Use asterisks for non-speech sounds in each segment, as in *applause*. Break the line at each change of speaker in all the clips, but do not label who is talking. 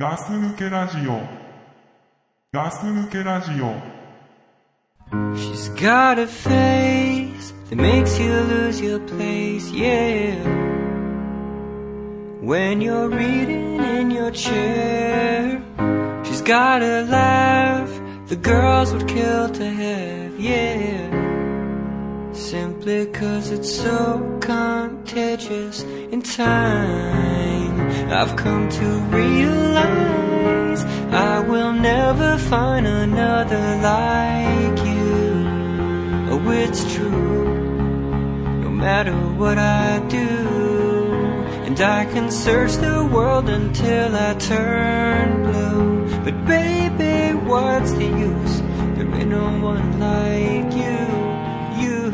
ガス抜けラジオ。ガス抜けラジオ。
She's got a face that makes you lose your place, yeah. When you're reading in your chair, she's got a laugh the girls would kill to have, yeah. Simply cause it's so contagious in time. I've come to realize I will never find another like you. Oh, it's true. No matter what I do, and I can search the world until I turn blue. But baby, what's the use? There ain't no one like you. You.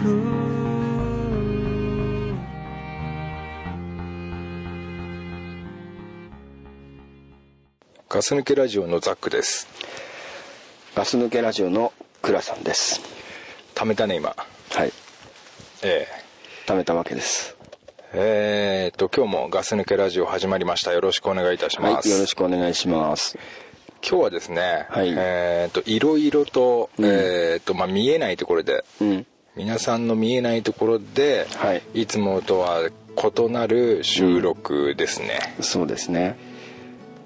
ガス抜けラジオのザックです
ガス抜けラジオの倉さんです
貯めたね今
はい
え
貯めたわけです
ええーっと今日もガス抜けラジオ始まりましたよろしくお願いいたし
はい
ます、
よろしくお願いします
今日はですね、
はい
えーっといろいろと、
うん
えーっとまあ見えないところで
うん
皆さんの見えないところで、
はい
いつもとは異なる収録ですね、
そうですね、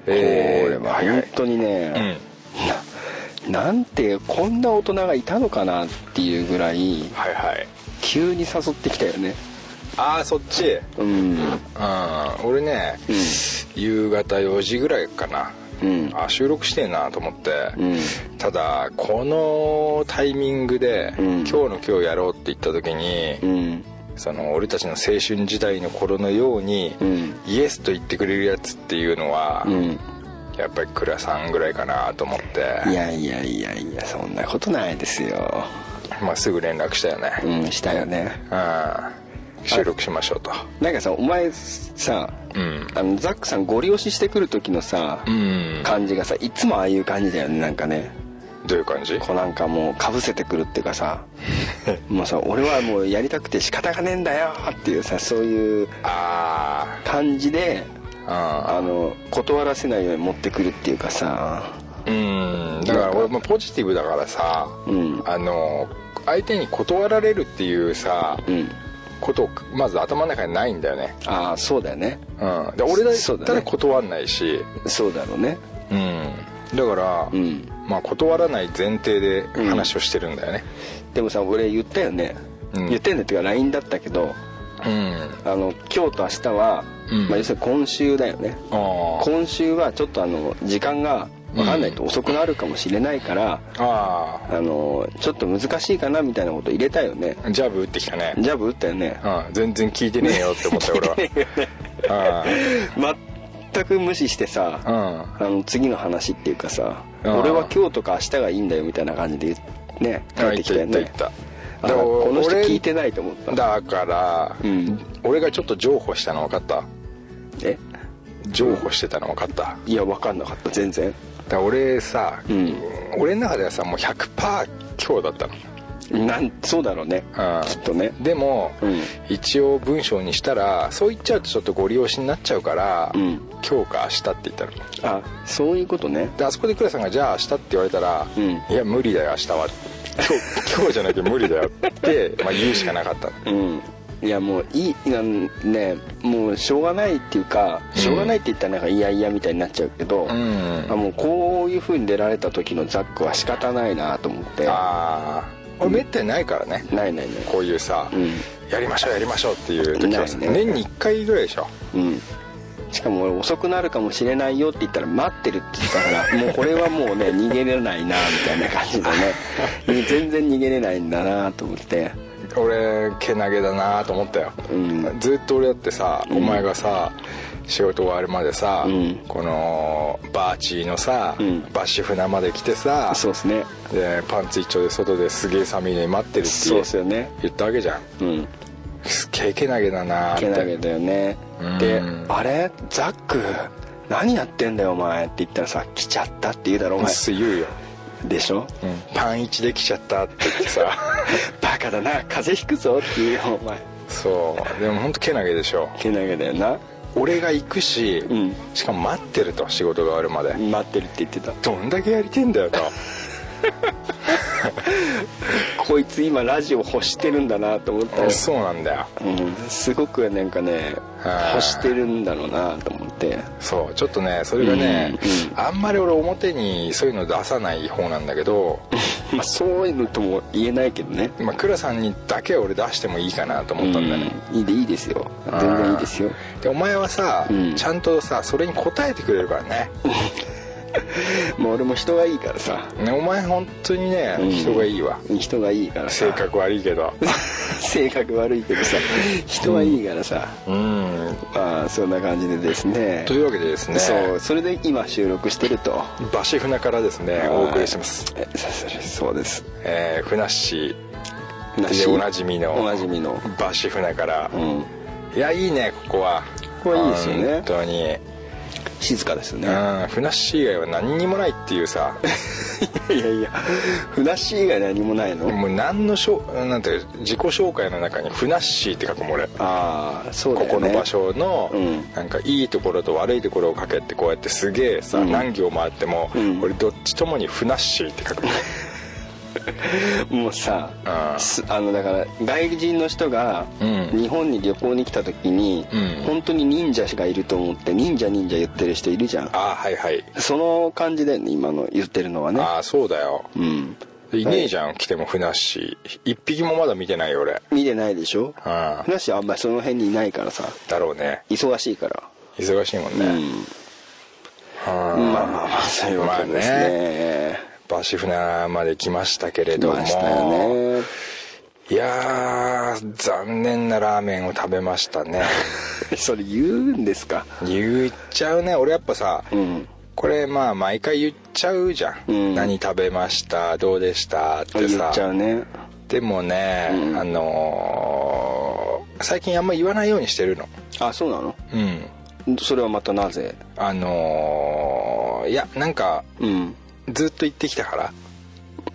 えー
これは本当にね、ななんてこんな大人がいたのかなっていうぐらい
はいはい
急に誘ってきたよね
ああそっち
うん
うん俺ね、夕方4時ぐらいかな、
うん
あ収録してんなと思って、
うん
ただこのタイミングで、
うん
今日の今日やろうって言った時に、
うん
その俺たちの青春時代の頃のように、
うん
イエスと言ってくれるやつっていうのは、
うん
やっぱり倉さんぐらいかなと思って
いやいやいやいやそんなことないですよ
まあ、すぐ連絡したよね、うん
うんしたよね
収録しましょうと
なんかさお前さ、
うん
あのザックさんゴリ押ししてくる時のさ、
うん
感じがさいつもああいう感じだよねなんかね
どういう感じ
こうなんかもうかぶせてくるっていう
*laughs*
かさもうさ俺はもうやりたくて仕方がねえんだよっていうさそういう
あ
感じで
あ
あの断らせないように持ってくるっていうかさ
うんだから俺もポジティブだからさ、
うん
あの相手に断られるっていうさ、
うん
ことをまず頭の中にないんだよね、
ああそうだよね
うん、で俺だ
そう
った
だね
ら断んないし
そうだろうね
う、ん、だから、
うん
まあ、断らない前提で話をしてるんだよね
でもさ俺言ったよね、
うん
言ったよねっていうか LINE だったけど
うん、
あの今日と明日は、
うん
まあ、要するに今週だよね
あー
今週はちょっとあの時間が分かんないと遅くなるかもしれないから、
あ
あのちょっと難しいかなみたいなこと入れたよね
ージャブ打ってきたね、
ジャブ打ったよね
うん、全然聞いてねえよって思ったよ
*laughs*
俺は、
全く無視してさ、
うん
あの次の話っていうかさ、
うん
俺は今日とか明日がいいんだよみたいな感じでね帰
うん、
ってきたよ
言
ね
った言った
あ
だから
この人
俺
聞いてないと思った
だから、
うん
俺がちょっと譲歩したの分かった
え
譲歩してたの分かっただか
いや分かんなかった全然
ら俺さ、
うん
俺の中ではさもう100%今日だったの
なんそうだろうね
うん
きっとね
でも、
うん
一応文章にしたらそう言っちゃうとちょっとご利用しになっちゃうから、
うん
今日か明日って言ったの
あそういうことね
であそこで倉さんが「じゃあ明日」って言われたら「
うん
いや無理だよ明日は今日 *laughs* 今日じゃなきゃ無理だよ」って、まあ、言うしかなかったの
うんいやもういいなんねもうしょうがないっていうかしょうがないって言ったらなんかいやいやみたいになっちゃうけど、
ん
あもうこういう風に出られた時のザックは仕方ないなと思って
ああ俺めったにないからね、
ないないない
こういうさ、
うん
やりましょうやりましょうっていう時はさ
ないね
年に1回ぐらいでしょ
うんしかも俺遅くなるかもしれないよって言ったら待ってるって言った *laughs* からもうこれはもうね逃げれないなみたいな感じで *laughs* ね全然逃げれないんだなと思って
俺けなげだなと思ったよ、
うん
ずっと俺だってさ、お前がさ仕事終わるまでさ、
うん
このバーチーのさ、
うん
バッシュ船まで来てさ
そうですね
でパンツ一丁で外ですげえ寒いのに待ってるって
そうですよね
言ったわけじゃん
うん
すっげえけなげだなーって
けなげだよね
うん
で「あれザック何やってんだよお前」って言ったらさ「来ちゃった」って言うだろお
うっ
前
す言うよ、
でしょ *laughs*
うんパン一で来ちゃったって言ってさ
バカだな風邪ひくぞって言うよお前
そうでもほんとけなげでしょ
けなげだよな
俺が行くし、
ん
しかも待ってると仕事が終わるまで、
*laughs* 待ってるって言ってた
どんだけやりてんだよと
こいつ今ラジオ欲してるんだなと思ったよ
そうなんだよ
うん、すごくなんかね
はい
欲してるんだろうなと思って
そうちょっとねそれがね、
うん
あんまり俺表にそういうの出さない方なんだけど、
まあそういうのとも言えないけどね
まあ、倉さんにだけは俺出してもいいかなと思ったんだよね、
うんいいでいいですよ全然いいですよ
でお前はさ、
うん
ちゃんとさそれに応えてくれるからね
もう俺も人がいいからさ
ねお前本当にね、
うん
人がいいわ
人がいいからさ
性格悪いけど
*laughs* 性格悪いけどさ人はいいからさ、
うん
まあそんな感じでですね
というわけでですね
そうそれで今収録してると
バシフナからですねお送りしてます、
えそそそうです
えー、フナッシ
な
ー
し
でおなじみの
おなじみの
バシフナから、
うん
いやいいねここは
ここはいいですよね
本当に、
静かですね
うんフナッシー以外は何にもないっていうさ
いやいやふなっしー以外何もないの、
もう何のしょなんていう自己紹介の中にフナッシーって書くもん俺
ああそうだ
こ
よね
この場所の
うん
なんかいいところと悪いところをかけてこうやってすげえさ、
うん
何行回っても、
うん
俺どっちともに「ふなっしー」って書く
もうさ
あー
すあのだから外人の人が
うん
日本に旅行に来た時に、
うん
本当に忍者がいると思って忍者忍者言ってる人いるじゃん
ああはいはい
その感じだよね今の言ってるのはね
ああそうだよ
うん
いねえじゃん来てもふなっしー一匹もまだ見てないよ俺
見てないでしょ
ああ
ふなっしーあんまりその辺にいないからさ
だろうね
忙しいから
忙しいもんね、
うん
あー
まあまあまあそういうわけです
まあ
ね,、
バシフナまで来ましたけれ
出
ども
ましたよね
いやー残念なラーメンを食べました
*laughs*
ね
それ言うんですか
言っちゃうね俺やっぱさ、
うん
これまあ毎回言っちゃうじゃん、
うん
何食べましたどうでしたって
言
さ
っちゃうね
でもね、
うん
あのー最近あんま言わないようにしてるの
あそうなの
うん
それはまたなぜ
あのーいやなんか
うん
ずっと言ってきた
*laughs*
から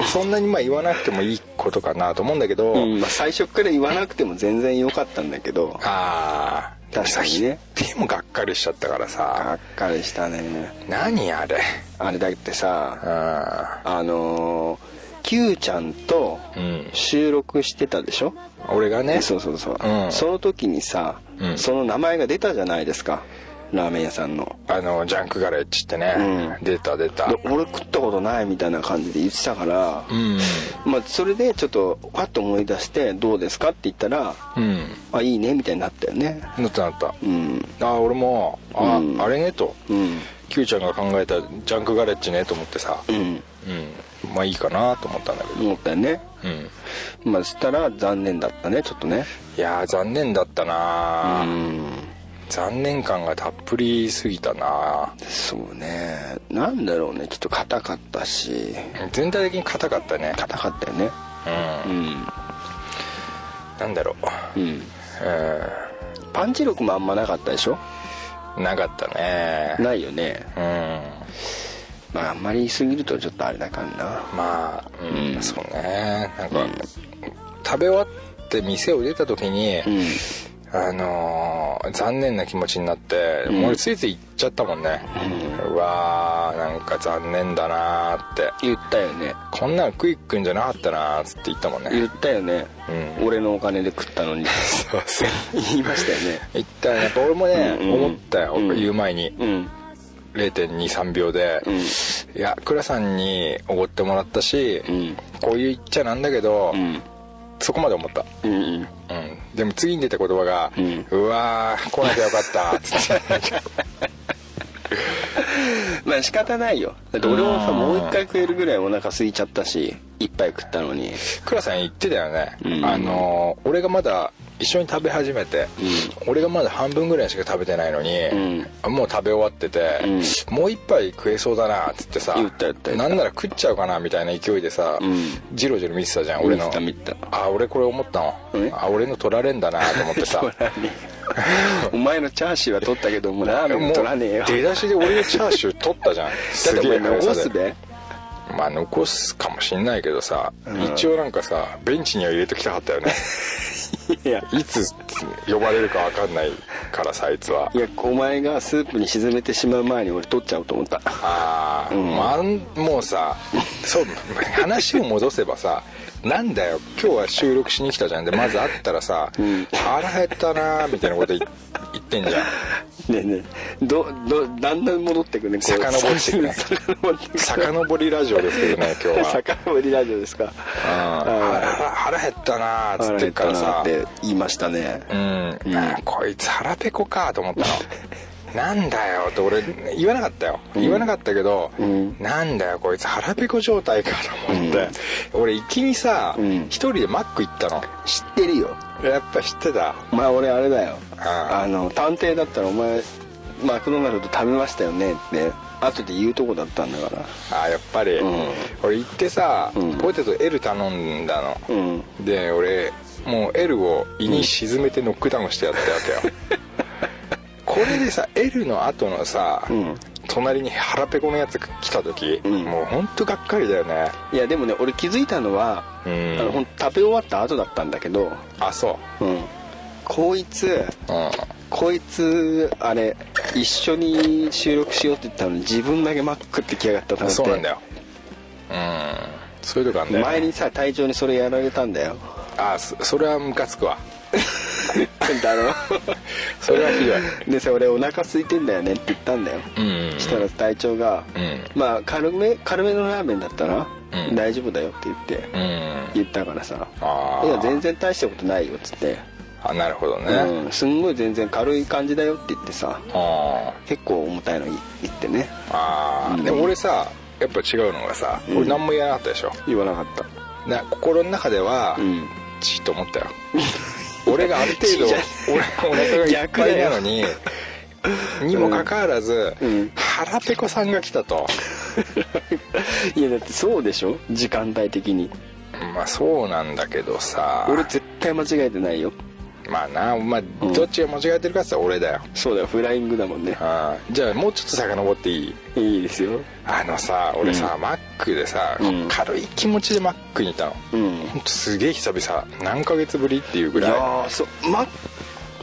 そんなにまあ言わなくてもいいことかなと思うんだけど、
うんまあ、最初から言わなくても全然良かったんだけど
ああ
確かにね
でもがっかりしちゃったから
が
さ
っかりしたね
何あれ
あれだってさ
う
あのー Q ちゃんと
うん
収録してたでしょ、
ん俺がね
そうそうそう、
うん
その時にさ、
うん
その名前が出たじゃないですかラーメン屋さんの
あのジャンクガレッジってね、
うん
出た出た
で俺食ったことないみたいな感じで言ってたから、
うん
まあ、それでちょっとパッと思い出して「どうですか?」って言ったら
うん
「あいいね」みたいになったよね
なったなった
うん
あ俺もあ、
うん
あれねと、
うん
Q ちゃんが考えたジャンクガレッジねと思ってさ
うん
うんまあいいかなと思ったんだけど
思ったよね
うん
まあそしたら残念だったねちょっとね
いやー残念だったなー、
うん
残念感がたっぷりすぎたな
そうねなんだろうねちょっと硬かったし
ー全体的に硬かったね
硬かったよね
うん
うん
なんだろう
うん
う
パンチ力もあんまなかったでしょ
んなかったね
ないよね
うん
まああんまり言いすぎるとちょっとあれだからな
まあ、うん
うん
そうねなん
う
か、
ん
食べ終わって店を出た時に、
うん
あのー残念な気持ちになって、
うん
もう俺ついつい行っちゃったもんね、うわーなんか残念だなーって
言ったよね
こんなの食い食うんじゃなかったなーっつって言ったもんね
言ったよね、
うん
俺のお金で食ったのに *laughs*
そうそう
言いましたよね
言ったらやっぱ俺もね、
うんうん
思ったよ、
うん
言う前に
うん
0.23秒で、
うん
いや倉さんにおごってもらったし、
うん
こういう言っちゃなんだけど、
うん
そこまで思った
うんうん
うん、でも次に出た言葉が「
うん
うわー来なきゃよかった」つって
まあ仕方ないよだって俺もさもう一回食えるぐらいお腹空いちゃったし一杯食った
*laughs*
のに
倉さん言ってたよね、
うん
あの俺がまだ一緒に食べ始めて、俺がまだ半分ぐらいしか食べてないのに、
うん
もう食べ終わってて、
う
もう一杯食えそうだなっつってさ
言った言った言った
なんなら食っちゃうかなみたいな勢いでさ、
うん
ジロジロ見てたじゃん俺の
見てた見てた
あ俺これ思ったの
え
あ俺の取られんだなと思って
*laughs*
さ
お前のチャーシーは取ったけどもラーメン取らねえよ
もう出だしで俺のチャーシュー取ったじゃん
*laughs* だってお前
速さ
残すべ
ま
*laughs*
あ残すかもしんないけどさ、一応なんかさベンチには入れときたかったよね
いや
いつ呼ばれるか分かんないからさあいつはい
やお前がスープに沈めてしまう前に俺取っちゃおうと思った *laughs*
ああ、
うん
まあんもうさそう話を戻せばさなんだよ今日は収録しに来たじゃんでまず会ったらさ「
ん
腹減ったな」みたいなこと言言ってん
*laughs*
じゃん
ねえねえどどだんだん戻ってくねこう
遡って
*laughs*
くね
遡ってく
遡りラジオですけどね
*laughs*
今日は
遡りラジオですか
「あ腹腹減ったな」っつってっからさ
腹減ったなって言いましたね
うん、
うん
あーこいつ腹ペコかと思ったの
*laughs*
なんだよって俺言わなかったよ、言わなかったけど、
うん
なんだよこいつ腹ペコ状態かと思って、俺一気にさ一、
うん
人でマック行ったの
知ってるよ
やっぱ知ってた
お前俺あれだよ
あ
あの探偵だったらお前マクドナルド食べましたよねって後で言うとこだったんだか
あーやっぱり、
うん
俺行ってさ、
うん
ポテト L 頼んだの、
らうん
で俺もう L を胃に沈めてノックダウンしてやったわけよこれでさ L の後のさ、
うん
隣に腹ペコのやつが来た時、
うん
もうほんとがっかりだよね
いやでもね俺気づいたのは、
うん
あのほんと食べ終わった後だったんだけど、
あそ
うん、こい
う
つ
うん
こいつあれ一緒に収録しようって言ったのに自分だけマックってきやがったと思って
そうなんだようんそういうとこあんだよ
前にさ隊長にそれやられたん
*laughs*
だよ
あそそれはムカつくわ
だろ *laughs*
それはひどい
でさ俺お腹空いてんだよねって言ったんだよ、 *laughs*
うんうん
したら隊長が「
うん
まあ軽め軽めのラーメンだったら
うん
大丈夫だよ」って言って
うん
言ったからさ
あ
「
ー
いや全然大したことないよ」っつって、
あなるほどね、
うん、すんごい全然軽い感じだよって言ってさ
あ
結構重たいのい言ってね
ーあーでも俺さやっぱ違うのがさ、
ん
俺何も言わなかったでしょ
言わなかった
な心の中では、
うん *laughs*
ちっと思ったよ俺がある程度
ちじゃ
俺お腹がいっぱいなのににもかかわらず、
うん
腹ペコさんが来たと
いやだってそうでしょ時間帯的に
まあそうなんだけどさ
俺絶対間違えてないよ
まあな、まあ
ん、
どっちが間違えてるかって言ったら俺だよ、
そうだよフライングだもんね
ああじゃあもうちょっと遡っていい
いいですよ
あのさ俺さ、マックでさ、
うん
軽い気持ちでマックにいたの
うん
ほんとすげえ久々何ヶ月ぶりっていうぐ
いや
ら
ーそうマッ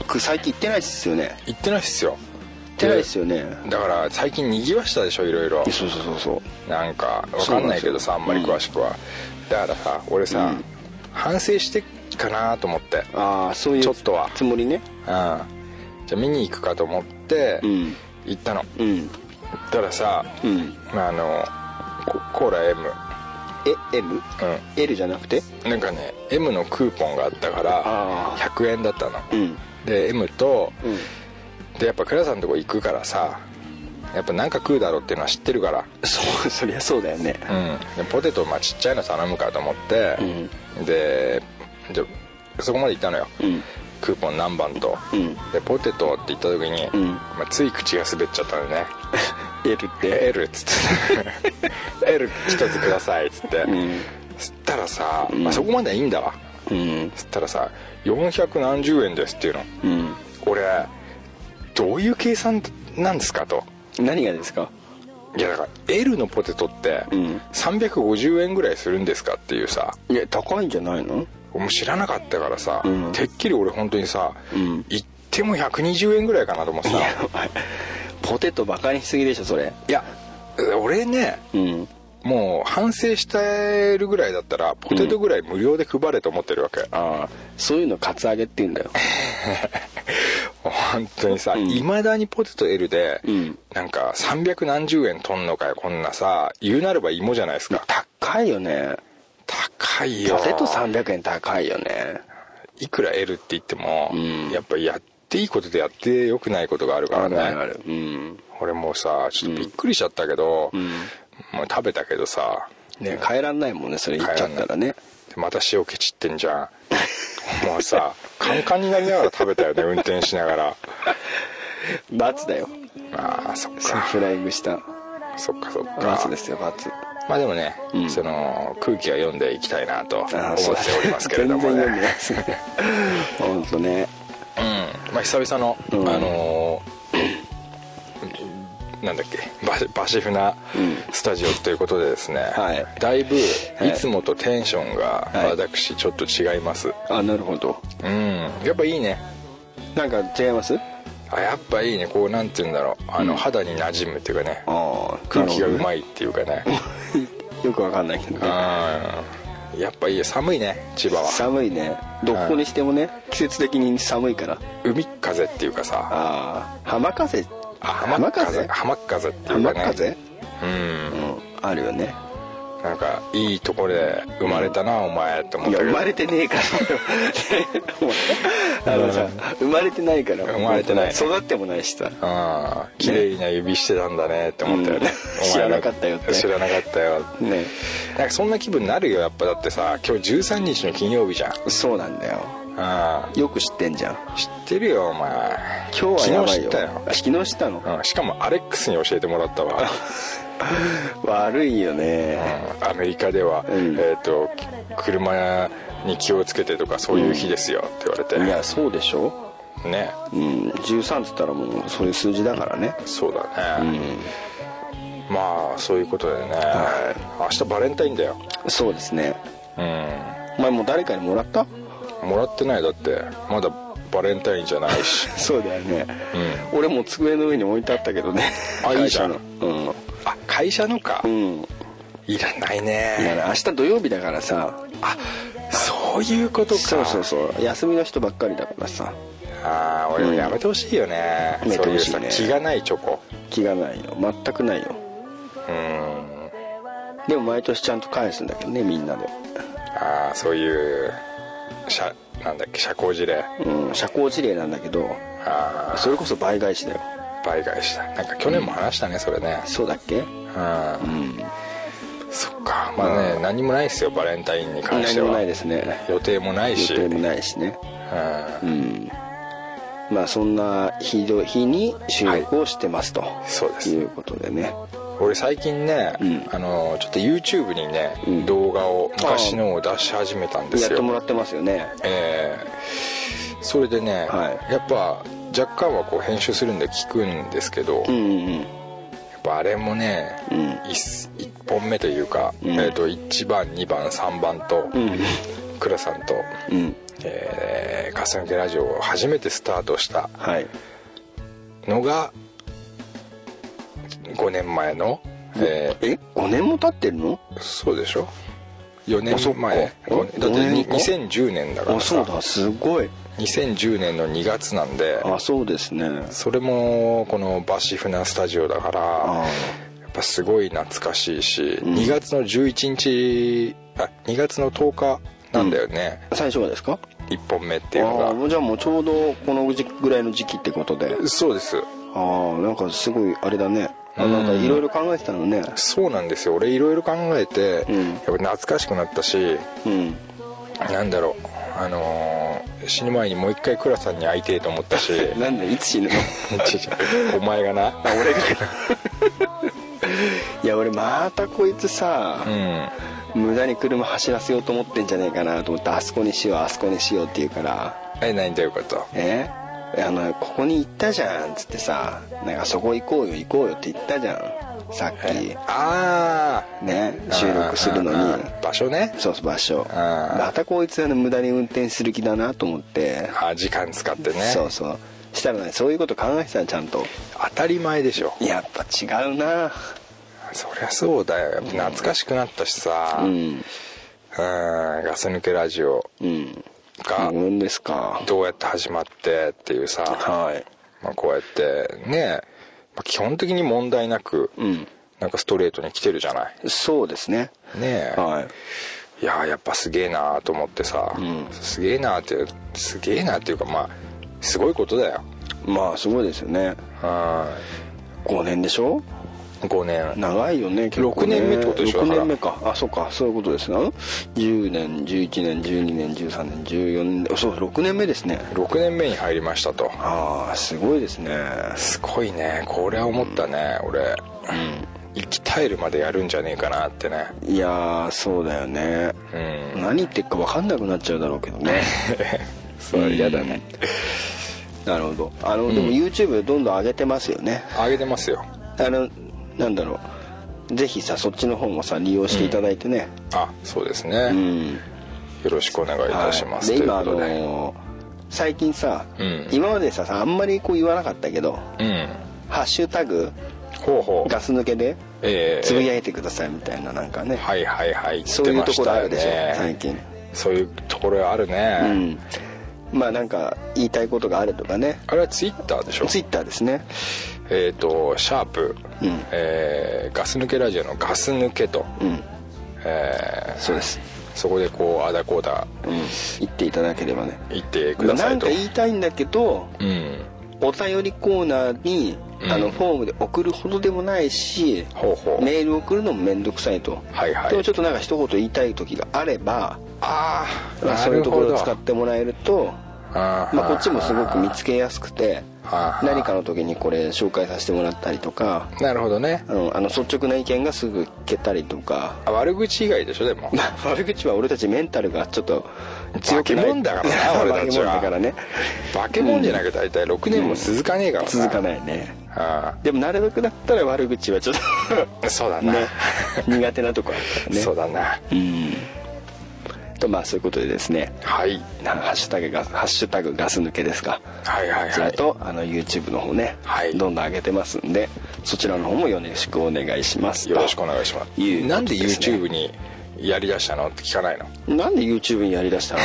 ク最近行ってないっすよね
い行ってないっすよ
行ってないっすよね
だから最近にぎわしたでしょいろいろ
そうそうそうそう
なんかわかんないけどさあ
そ
ん
うな
まり
んです
詳し
よ
くは、だからさ俺さ、
うん
反省してっかなと思ってうん
ああそういう
ちょっとは
つもりね
じゃあ見に行くかと思って
うん
行ったの、
うん
行ったらさ、
うん
まあ、あのココーラ M
え M?、L じゃなくて
なんかね M のクーポンがあったから
あー
100円だったの
うん
で M と
うん
でやっぱ倉さんのとこ行くからさやっぱなんか食うだろうっていうのは知ってるから
そうそりゃそうだよね
うん、でポテトまあちっちゃいの頼むかと思って、でじゃそこまで行ったのよ、
うん
クーポン何番と、
うん
でポテトって言った時に、
うん
まあ、つい口が滑っちゃったの
*laughs*
ね
L っ
で
て
L っつ
*laughs*
って「L 一つください」っつって、
ん
そしたらさ、まあ、そこまではいいんだわ
うん
そしたらさ4何十円ですっていうの
うん
俺どういう計算なんですかと
何がですか
いやだから L のポテトって
うん
350円ぐらいするんですかっていうさ
いや高いんじゃないの
もう知らなかったからさ、
うん
てっきり俺本当にさ、
うん
行っても120円ぐらいかなと思って
い
さ
やお前ポテトバカにしすぎでしょそれ
いや俺ね
うん
もう反省してるぐらいだったらポテトぐらい無料で配れと思ってるわけ、
ああそういうのカツアゲって言うんだよ
本当にさ
ん
いま、未だにポテト L で、
うん
なんか300何十円とんのかよこんなさ言うなれば芋じゃないですか
高いよね
高いよ
ポテト300円高いよね
いくら L って言っても、
ん
やっぱやっていいこととやってよくないことがあるからね
るうん
俺もうさちょっとびっくりしちゃったけど、
ん
もう食べたけどさ、
ね帰らんないもんねそれ言っちゃったらね
でまた塩気散ってんじゃん *laughs* もうさカンカンになりながら食べたよね
*laughs*
運転しながら
罰だよ
あーそっ
その
か
フライングした
そっかそっか
罰ですよ罰
まあでもね、その空気は読んでいきたいなと思っておりますけれども
全然読ん
ね
でないですねほんとね
うんまあ久々の、
ん
あのーなんだっけバシバシフなスタジオということでですね、
はい
だいぶい
はい
つもとテンションが
はい
私ちょっと違います、
あなるほど
うんやっぱいいね
なんか違います
あやっぱいいねこうなんて言うんだろうあの、
うん
肌に馴染むっていうかね
ああ
空気がう
い
まいっていうかね
よくわかんないけど
うん
ね
やっぱいいよ寒いね千葉は
寒いねどこにしてもね季節的に寒いから
海風っていうかさ
ああ浜風
あ浜風浜
浜風
風っていうか
浜
ね
風
うん
うんあるよね
なんかいいところで生まれたな、お前って思っ
い
た
や
けど
生まれてねえから *laughs* あのさ生まれてないから
生まれてない
育ってもないしさ
うん綺麗な指してたんだねって思ったよね、
うん
お前ら
知らなかったよって
知らなかったよ
ね
なんかそんな気分になるよやっぱだってさ今日13日の金曜日じゃん
そうなんだよ
あ
よく知ってんじゃん
知ってるよお前
今日はや
昨
ば
日
い
知
よ
ったよ
あ、昨日知ったの
うん、しかもアレックスに教えてもらったわ、
悪いよ
う
ね
ん、アメリカでは、
うん
えっ、とき車に気をつけてとかそういう日ですよって言われて、
いやそうでしょ
ね
うん13っつったらもうそういう数字だからね
そうだ
う
ね、
ん
まあそういうことでね、明日バレンタインだよ
そうですね
うん
お前もう誰かにもらった
もらってないだってまだバレンタインじゃないし
そうだよね
う
俺もう机の上に置いてあったけどね
あいいじゃん
会社の
あ会社のか
うんうん
いらない
いや
ね
明日土曜日だからさ
あそういうことか
そうそうそう休みの人ばっかりだからさ
ああ俺もやめてほしいよね、
うん
そういう
や
さ
めてほしいね
気がないチョコ
気がないよ全くないよ
うん
でも毎年ちゃんと返すんだけどねみんなで
ああそういう社なんだっけ社交辞令
うん社交辞令なんだけど
あ
それこそ倍返しだよ
あ倍返したなんか去年も話したねそれね
そうだっけ
うん
うん
そっかまあね、
うん
何もないですよバレンタインに関し
何
て
も
は
ないですね
予定もないし
予定もないしね
うん
うんまあそんな日の日に収録をしてますと、
そうです
いうことでね
俺最近ね、
うん
あのちょっと YouTube にね、
うん
動画を昔のを出し始めたんで
やっ
す
ても
よ
らってますよね
ええそれでね、
は
やっぱ若干はこう編集するんで聞くんですけど、
う
や
んうん
っぱあれもね、
うん
1, 本目というか、
うん
えー、と1番2番3番と、
うん
倉さんと、
うんうん
えー、かすみけラジオを初めてスタートした
はい
のが5年前の、えー
え5年も経ってるの
そうでしょ4
あそ
年
っか
前
うん
ごねだって
五
に
年か
2010年だか
あ
ら
そう
さ
だすごい
2010年の2月なんで
あそうですね
それもこのバシフナスタジオだから
あ
やっぱすごい懐かしいし
ん
2月の11日あ2月の10日なんだよね
あ最初はですか
1本目っていう
あ
の
ーじゃあもうちょうどこの時ぐらいの時期ってことで
がそうです
ああなんかすごいあれだねあ
うん
なんかいろいろ考えてたのね
そうなんですよ俺いろいろ考えて
うん
やっぱ懐かしくなったし
うん
なんだろうあのー死ぬ前にもう一回倉さんに会いてえと思ったし
*laughs* なんでいつ死ぬの *laughs*
*laughs* ちょちょお前がな
あ俺がいや俺またこいつさ
う、ん
無駄に車走らせようと思ってんじゃねえかなと思ってあそこにしようあそこにしようって言うから
え何どういうこと
えあのここに行ったじゃんっつってさなんかそこ行こうよ行こうよって言ったじゃんさっき
あ
ね
あ
収録するのに
場所ね
そうそう場所
あー
またこいつはね無駄に運転する気だなと思って
あー時間使ってね
そうそうしたらねそういうこと考えてたのちゃんと
当たり前でしょ
やっぱ違うな
そりゃそうだよやっぱ懐かしくなったしさ
う
うん
ん
ガス抜けラジオ
うん
が
うんですか
どうやって始まってっていうさ、
はい
まあ、こうやってね、まあ基本的に問題なく
うん
なんかストレートに来てるじゃない
そうですね
ねえ
はい
やーやっぱすげえなーと思ってさ、
うん
すげえなーってすげえなーっていうかまあすごいことだよ
いまあすごいですよね
う
5年でしょ
ん5年
長いよね結
六
構ね
年目ってことでしょ
6年目かあそうかそういうことですな10年11年12年13年14年そう6年目ですね
6年目に入りましたと
ああすごいですね
すごいねこれは思ったね、俺生き絶えるまでやるんじゃねえかなってね
いやーそうだよね *laughs*
うん
何言ってっか分かんなくなっちゃうだろうけ
*laughs*
どね
それ嫌だね
なるほどあの、でも YouTube どんどん上げてますよね
あげてますよ
あのなんだろうぜひさそっちの方もさ利用していただいてね
あそうですね、
うん、
よろしくお願いいたします、
はいで
と
今
い
あ
うことで、
の最近さ、
うん
今までささあんまりこう言わなかったけど
うん
「ハッシュタグ
ほうほう
ガス抜けで
ええ
つぶやいてください」みたいななんかね、
はいはいはい言
そういうところあるでしょ、
ってました
最
ね
近
そういうところあるね、
うんまあなんか言いたいことがあるとかね
あれはツイッターでしょ
ツイッターですね
えっ、とシャープ、
うん
えーガス抜けラジオのガス抜けと、
うん
えー
そうです、
そこでこうあだこうだ
うん、言っていただければね
言ってく
ま
だ
あな
さい
ん
と、
か言いたいんだけど
うん
お便りコーナーに
うん
あのフォームで送るほどでもないし、
ほうほう
メール送るのも面倒くさいと、
はいはい
でもちょっとなんか一言言いたい時があれば、
ああ
まあ、そういうところを使っててもらえるとまあ、こっちもすごく見つけやすくて
あー
何かの時にこれ紹介させてもらったりとか
なるほどね
あのあの率直な意見がすぐ聞けたりとか
あ悪口以外でしょでも
まあ *laughs* 悪口は俺たちメンタルがちょっと強くな
化
い
け物だからな俺たちは
化け物だからね
化け物じゃなきゃ大体6年も続かねえからな、
続かないね
あ
でもなるべくだったら悪口はちょっ
あそうだ
と
*laughs*
*laughs*
な、
ね苦手なとこあるからね
そうだな
うんとまあそういうことでですね
はい
なハッシュタグガスハッシュタグガス抜けですか
はいはい
そ
は
れ
い
とあの YouTube の方ね、
はい
どんどん上げてますんでそちらの方もよろしくお願いします
よろしくお願いします
いうことですね
なんで YouTube にやりだしたのって聞かない
*laughs*
の
なんで YouTube にやりだしたの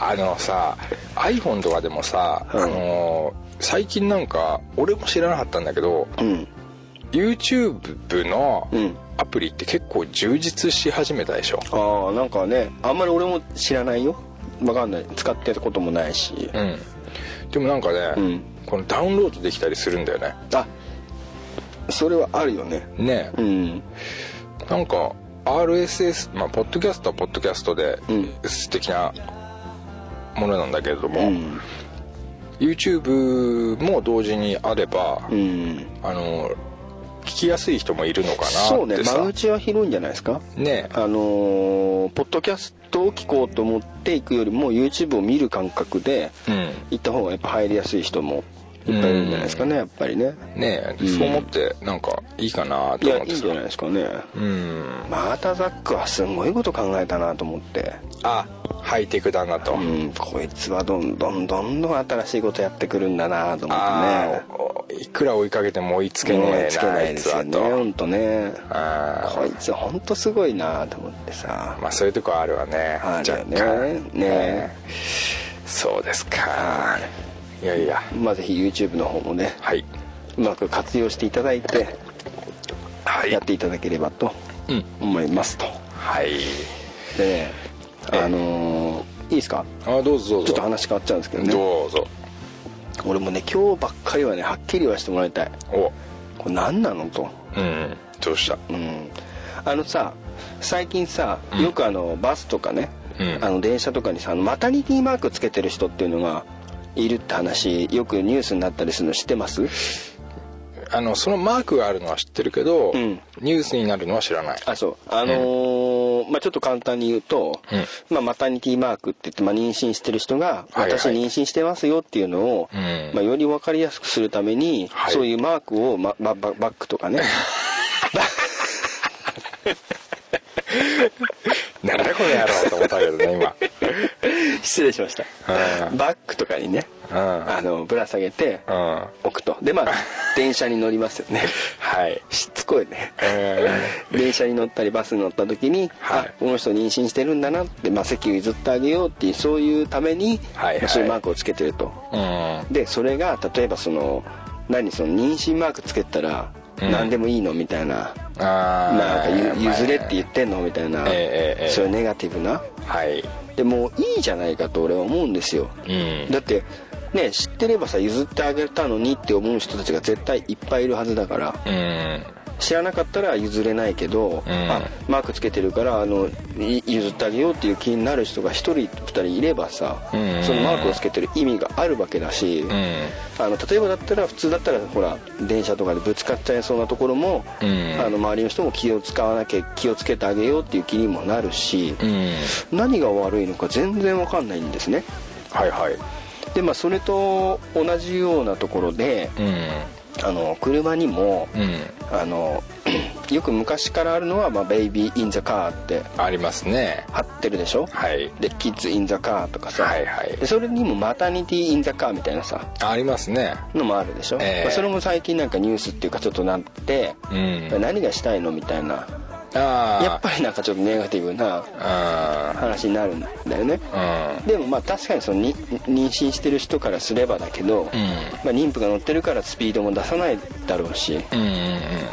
あのさ iPhone とかでもさ、
うん
あのー最近なんか俺も知らなかったんだけど *laughs*
うん
YouTube の
うん
アプリって結構充実し始めたでしょ
ああなんかねあんまり俺も知らないよわかんない使ってたこともないし
うんでもなんかね、
うん
このダウンロードできたりするんだよね
あそれはあるよね
ね
うん
なんか RSS まあポッドキャストはポッドキャストで
うん
素敵なものなんだけれど
う
も、
ん
YouTube も同時にあれば、
うん
あの聞きやすい人もいるのか
そう
なって
ね
さ
間口は広いんじゃないですか
ね
あのーポッドキャストを聞こうと思っていくよりも YouTube を見る感覚で
うん
行った方がやっぱ入りやすい人もいっぱいいるんじゃないですかねやっぱりね
ね
うん
そう思ってなんかいいかないと
や
思っ
いい
て
ん
さ
じゃないですかね
うん
またザックはすごいこと考えたなと思って
あハイテクだなと、
うんこいつはどんどんどんどん新しいことやってくるんだなと思って
あ
ね
あおいくら追いかけても追いつけね
もう
え
つけ
な
な
あ
い
い
で
つ
す
は
よね
と
ほんとね
あ
こいつほんとすごいなと思ってさ
ーまあそういうとこあるわね
あるよね
若
ね
干そうですかいやいや
まあぜひ YouTube の方もね
はい、
うまく活用していただいて
はい、
やっていただければと
うん
思いますと
はい
でね
ええ
あのーいいですか
あどうぞどうぞ
ちょっと話変わっちゃうんですけどね
どうぞ
俺もね今日ばっかりはねはっきりはしてもらいたい
お
これ何なのと
うんどうした
うんあのさ最近さ
うん
よくあのバスとかね、
うん
あの電車とかにさあのマタニティマークつけてる人っていうのがいるって話よくニュースになったりするの知ってます
あのそのマークがあるのは知ってるけど、
うん
ニュースになるのは知らない
あそうあのーまあ、ちょっと簡単に言うと、
うん
まあ、マタニティマークって言って、まあ、妊娠してる人が「
はいはい
私妊娠してますよ」っていうのを、
うん
まあ、より分かりやすくするために、
はい
そういうマークを、ま、バババックとか
*laughs*
ね
なんだこの野郎と思ったけどね
*laughs*
今
失礼しました
うん
バックとかにね
うん
あのぶら下げて
うん
おくとでまあ電車に乗りますよ
*laughs*
ね
はい
しつこいね
え
電車に乗ったりバスに乗った時に、
はい
あこの人妊娠してるんだなって、まあ、席を譲ってあげようっていうそういうために、
はいはい
まあそういうマークをつけてると
ー、
でそれが例えばその何その妊娠マークつけたら
うん
何でもいいのみたいな、
うんあー
なんかゆ
まあ
譲れって言ってんのみたいな、
ええええ
そういうネガティブな
はい
でもういいじゃないかと俺は思うんですよ
うん
だってね知ってればさ譲ってあげたのにって思う人たちが絶対いっぱいいるはずだから
うん
知らなかったら譲れないけど、
うん
あマークつけてるからあのい譲ってあげようっていう気になる人が1人2人いればさ、
うん
そのマークをつけてる意味があるわけだし、
うん
あの例えばだったら普通だったらほら電車とかでぶつかっちゃいそうなところも、
うん
あの周りの人も気を使わなきゃ気をつけてあげようっていう気にもなるし、
うん
何が悪いのか全然わかんないんですね
はいはい
でまあそれと同じようなところで、
うん
あの車にも
うん
あの *clears throat* よく昔からあるのは、まあ、ベイビー・イン・ザ・カーって
ありますね
貼ってるでしょ
はい
でキッズ・イン・ザ・カーとかさ、
はいはい
でそれにもマタニティ・イン・ザ・カーみたいなさ
ありますね
のもあるでしょ、
ええ
まあそれも最近なんかニュースっていうかちょっとなって、
うん
何がしたいのみたいな
ああ
やっぱりなんかちょっとネガティブな
ぱ
話になるんだよねでもまあ確かにそのに妊娠してる人からすればだけど、
うん
まあ、妊婦が乗ってるからスピードも出さないだろうし、
うんうん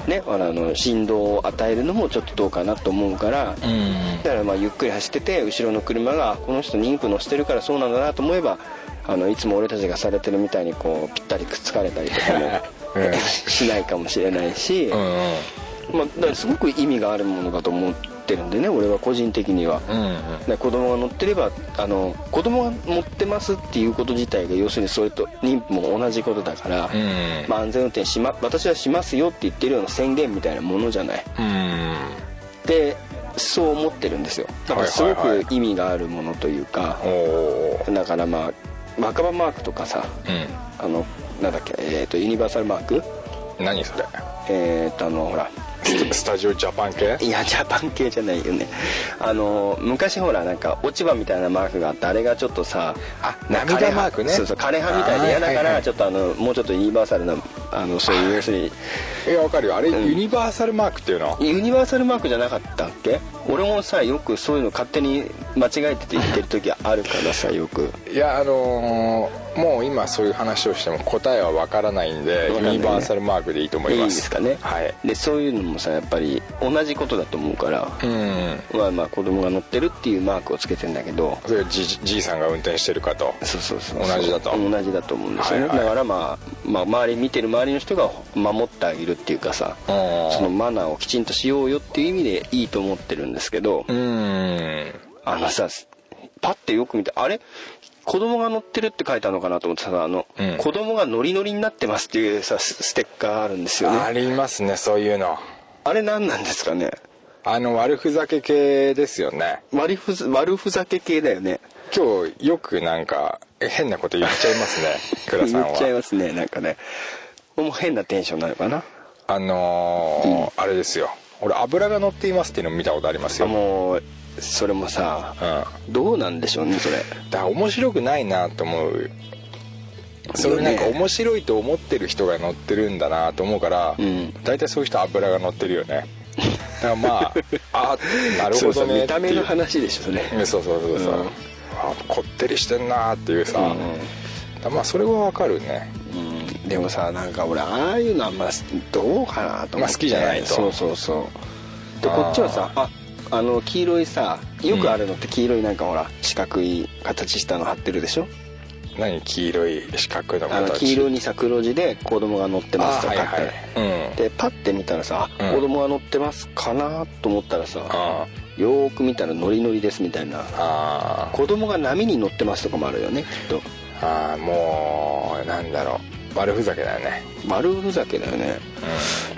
ね、あのあの振動を与えるのもちょっとどうかなと思うから、
うんうん
だからまあゆっくり走ってて後ろの車があこの人妊婦乗してるからそうなんだなと思えばあのいつも俺たちがされてるみたいにこうぴったりくっつかれたりと
*laughs*
かも
うん
しないかもしれないし、
う
ま
ん
あ、だからすごく意味があるものだと思ってるんでね俺は個人的には。
うん
ね子供が乗ってればあの子供が乗ってますっていうこと自体が要するにそれと妊婦も同じことだから、
うんうん
まあ、安全運転し、ま、私はしますよって言ってるような宣言みたいなものじゃない
うん
でそう思ってるんですよだからすご
はいはい
く意味があるものというか、
おお
だからまあ若葉マークとかさ
う
あのなんだっけ、えー、とユニバーサルマーク
ん何それ
えっ、とあのほら
ススタジオジャパン系
いやジャパン系じゃないよねあの昔ほらなんか落ち葉みたいなマークがあってあれがちょっとさ
あ
なんか
涙
枯葉
マークね
そうそう枯葉みたいで嫌だ
あー
か
はいは
ら
い
ちょっとあのもうちょっとユニバーサルなあのそういう要するに
いやわかるよあれ
うん
ユニバーサルマークっていうの
ユニバーサルマークじゃなかったっけ俺もさよくそういうの勝手に間違えてて言ってる時あるからさよく
いやあのーもう今そういう話をしても答えはわからないんでユ
わかんないね
ニバーサルマークでいいと思い
いい
ま
んですすかね
はい
でそういうのもさやっぱり同じことだと思うから、
うん
まあまあ子供が乗ってるっていうマークをつけてんだけど
それをじじいさんが運転してるかと
そうそうそう
同じだと
同じだと思うんですよね、
はいはい
だから、まあ、まあ周り見てる周りの人が守ってあげるっていうかさ
うん
そのマナーをきちんとしようよっていう意味でいいと思ってるんですけど、
うん
あのさパッてよく見てあれ子供が乗ってるって書いてあるのかなと思ってさあの、
うん
子供がノリノリになってますっていうさスステッカーあるんですよね
あ
あれ
りますねそういうの
何なんですかね
あの悪ふざけ系ですよね
悪ふざ悪ふざけ系だよね
今日よくなんかえ変なこと言っちゃいますね
*laughs*
倉さん
言っちゃい
は
ますねなんかねもう変なテンションなのかな
あのーあれですよ俺油が乗っていますっていうの見たことあります
あ
よう
もうそれもさ
んだか
どうなんでしょうねそれ
ら面白くないなと思うそれなんか
ね
面白いと思ってる人が乗ってるんだなと思うから
うん
大体そういう人油が乗ってるよねだからま
*laughs*
ああなるほ
そ
ど
うそう
ね
見た目
って
の
いう
話でしょそれ
うんそうそうそうそう、
うん
あこってりしてんなーっていうさ、
うん
まあそれはわかるね
うんでもさなんか俺ああいうのあんまどうかなと思って、
まあ好きじゃないと
そうそうそうで
あー
こっちはさああの黄色いさよくあるのって黄色いなんかほら四角い形したの貼ってるでしょ
何黄色い四角の形
あの黄色にさ黒字で子供が乗ってますと
あ
かっ
は
て、
いはいうん
でパッて見たらさ、
うん
子供が乗ってますかなと思ったらさ
あ
よーく見たらノリノリですみたいな
あ
子供が波に乗ってますとかもあるよねきっと
ーあーもうなんだろう悪ふざけだよね
丸ふざけだよね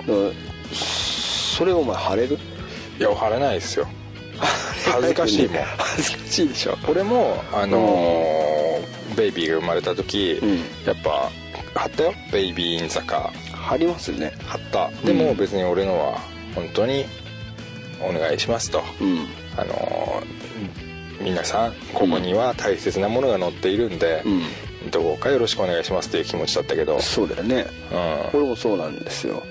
う
うんそれお前貼れ
ん
る
いや貼らないですよ恥ずかしいもん
恥ずかしいでしょ
俺もあのーベイビーが生まれた時、
うん
やっぱ貼ったよベイビーインザカ
貼りますね
ー貼ったでも別に俺のは本当にお願いしますと
うん
あのー皆さんここには大切なものが載っているんで、
う
どうかよろしくお願いしますという気持ちだったけど、うん
ん、そうだよね
貼
俺もそうなんですよ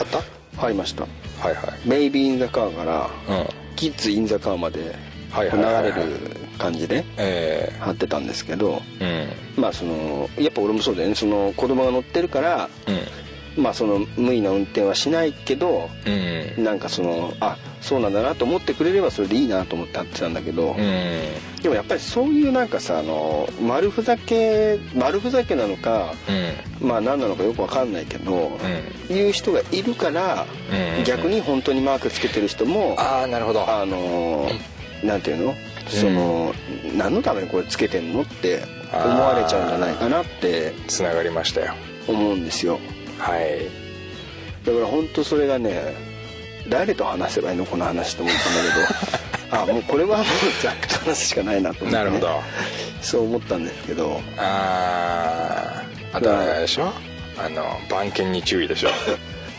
った
貼りました
はいはい
「ベイビー・イン・ザ・カー」から
うん
「キッズ・イン・ザ・カー」まで
はいはいはい
流
はい
れる感じで
え
貼ってたんですけど
え
まあそのやっぱ俺もそうだよねその子供が乗ってるから
うん
まあその無意な運転はしないけど
うんうん
なんかそのあそうなんだなと思ってくれればそれでいいなと思って貼ってたんだけど、
うん
でもやっぱりそういうなんかさあの丸ふざけ丸ふざけなのか
うん
まあ何なのかよくわかんないけど、いう人がいるから、
うん
逆に本当にマークつけてる人もあ
ああなるほどあ
のーなんていうのその、何のためにこれつけてんのって思われちゃうんじゃないかなって
つながりましたよ
思うんですよ
はい
だから本当それがね誰と話せばいいのこの話と
*laughs*
思ったんだけどあもうこれはもうざっくと話すしかないなと思って、ね、
なるほど
そう思ったんですけど
あああとあれでしょあの番犬に注意でしょ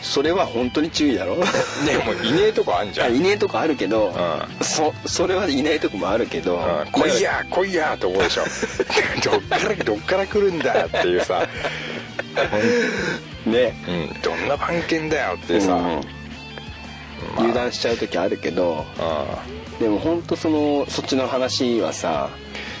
それは本当に注意
*laughs*
だろ
でもいねえとこあんじゃん、う
い
ん、
ねえとこあるけど、
う
そそれはいないとこもあるけど、
来いや来いやと思うでしょどっからどっから来るんだっていうさ、
ね
うん、どんな番犬だよっていうさ、
うんうん油断しちゃう時あるけど
あ
でも本当そのそっちの話はさ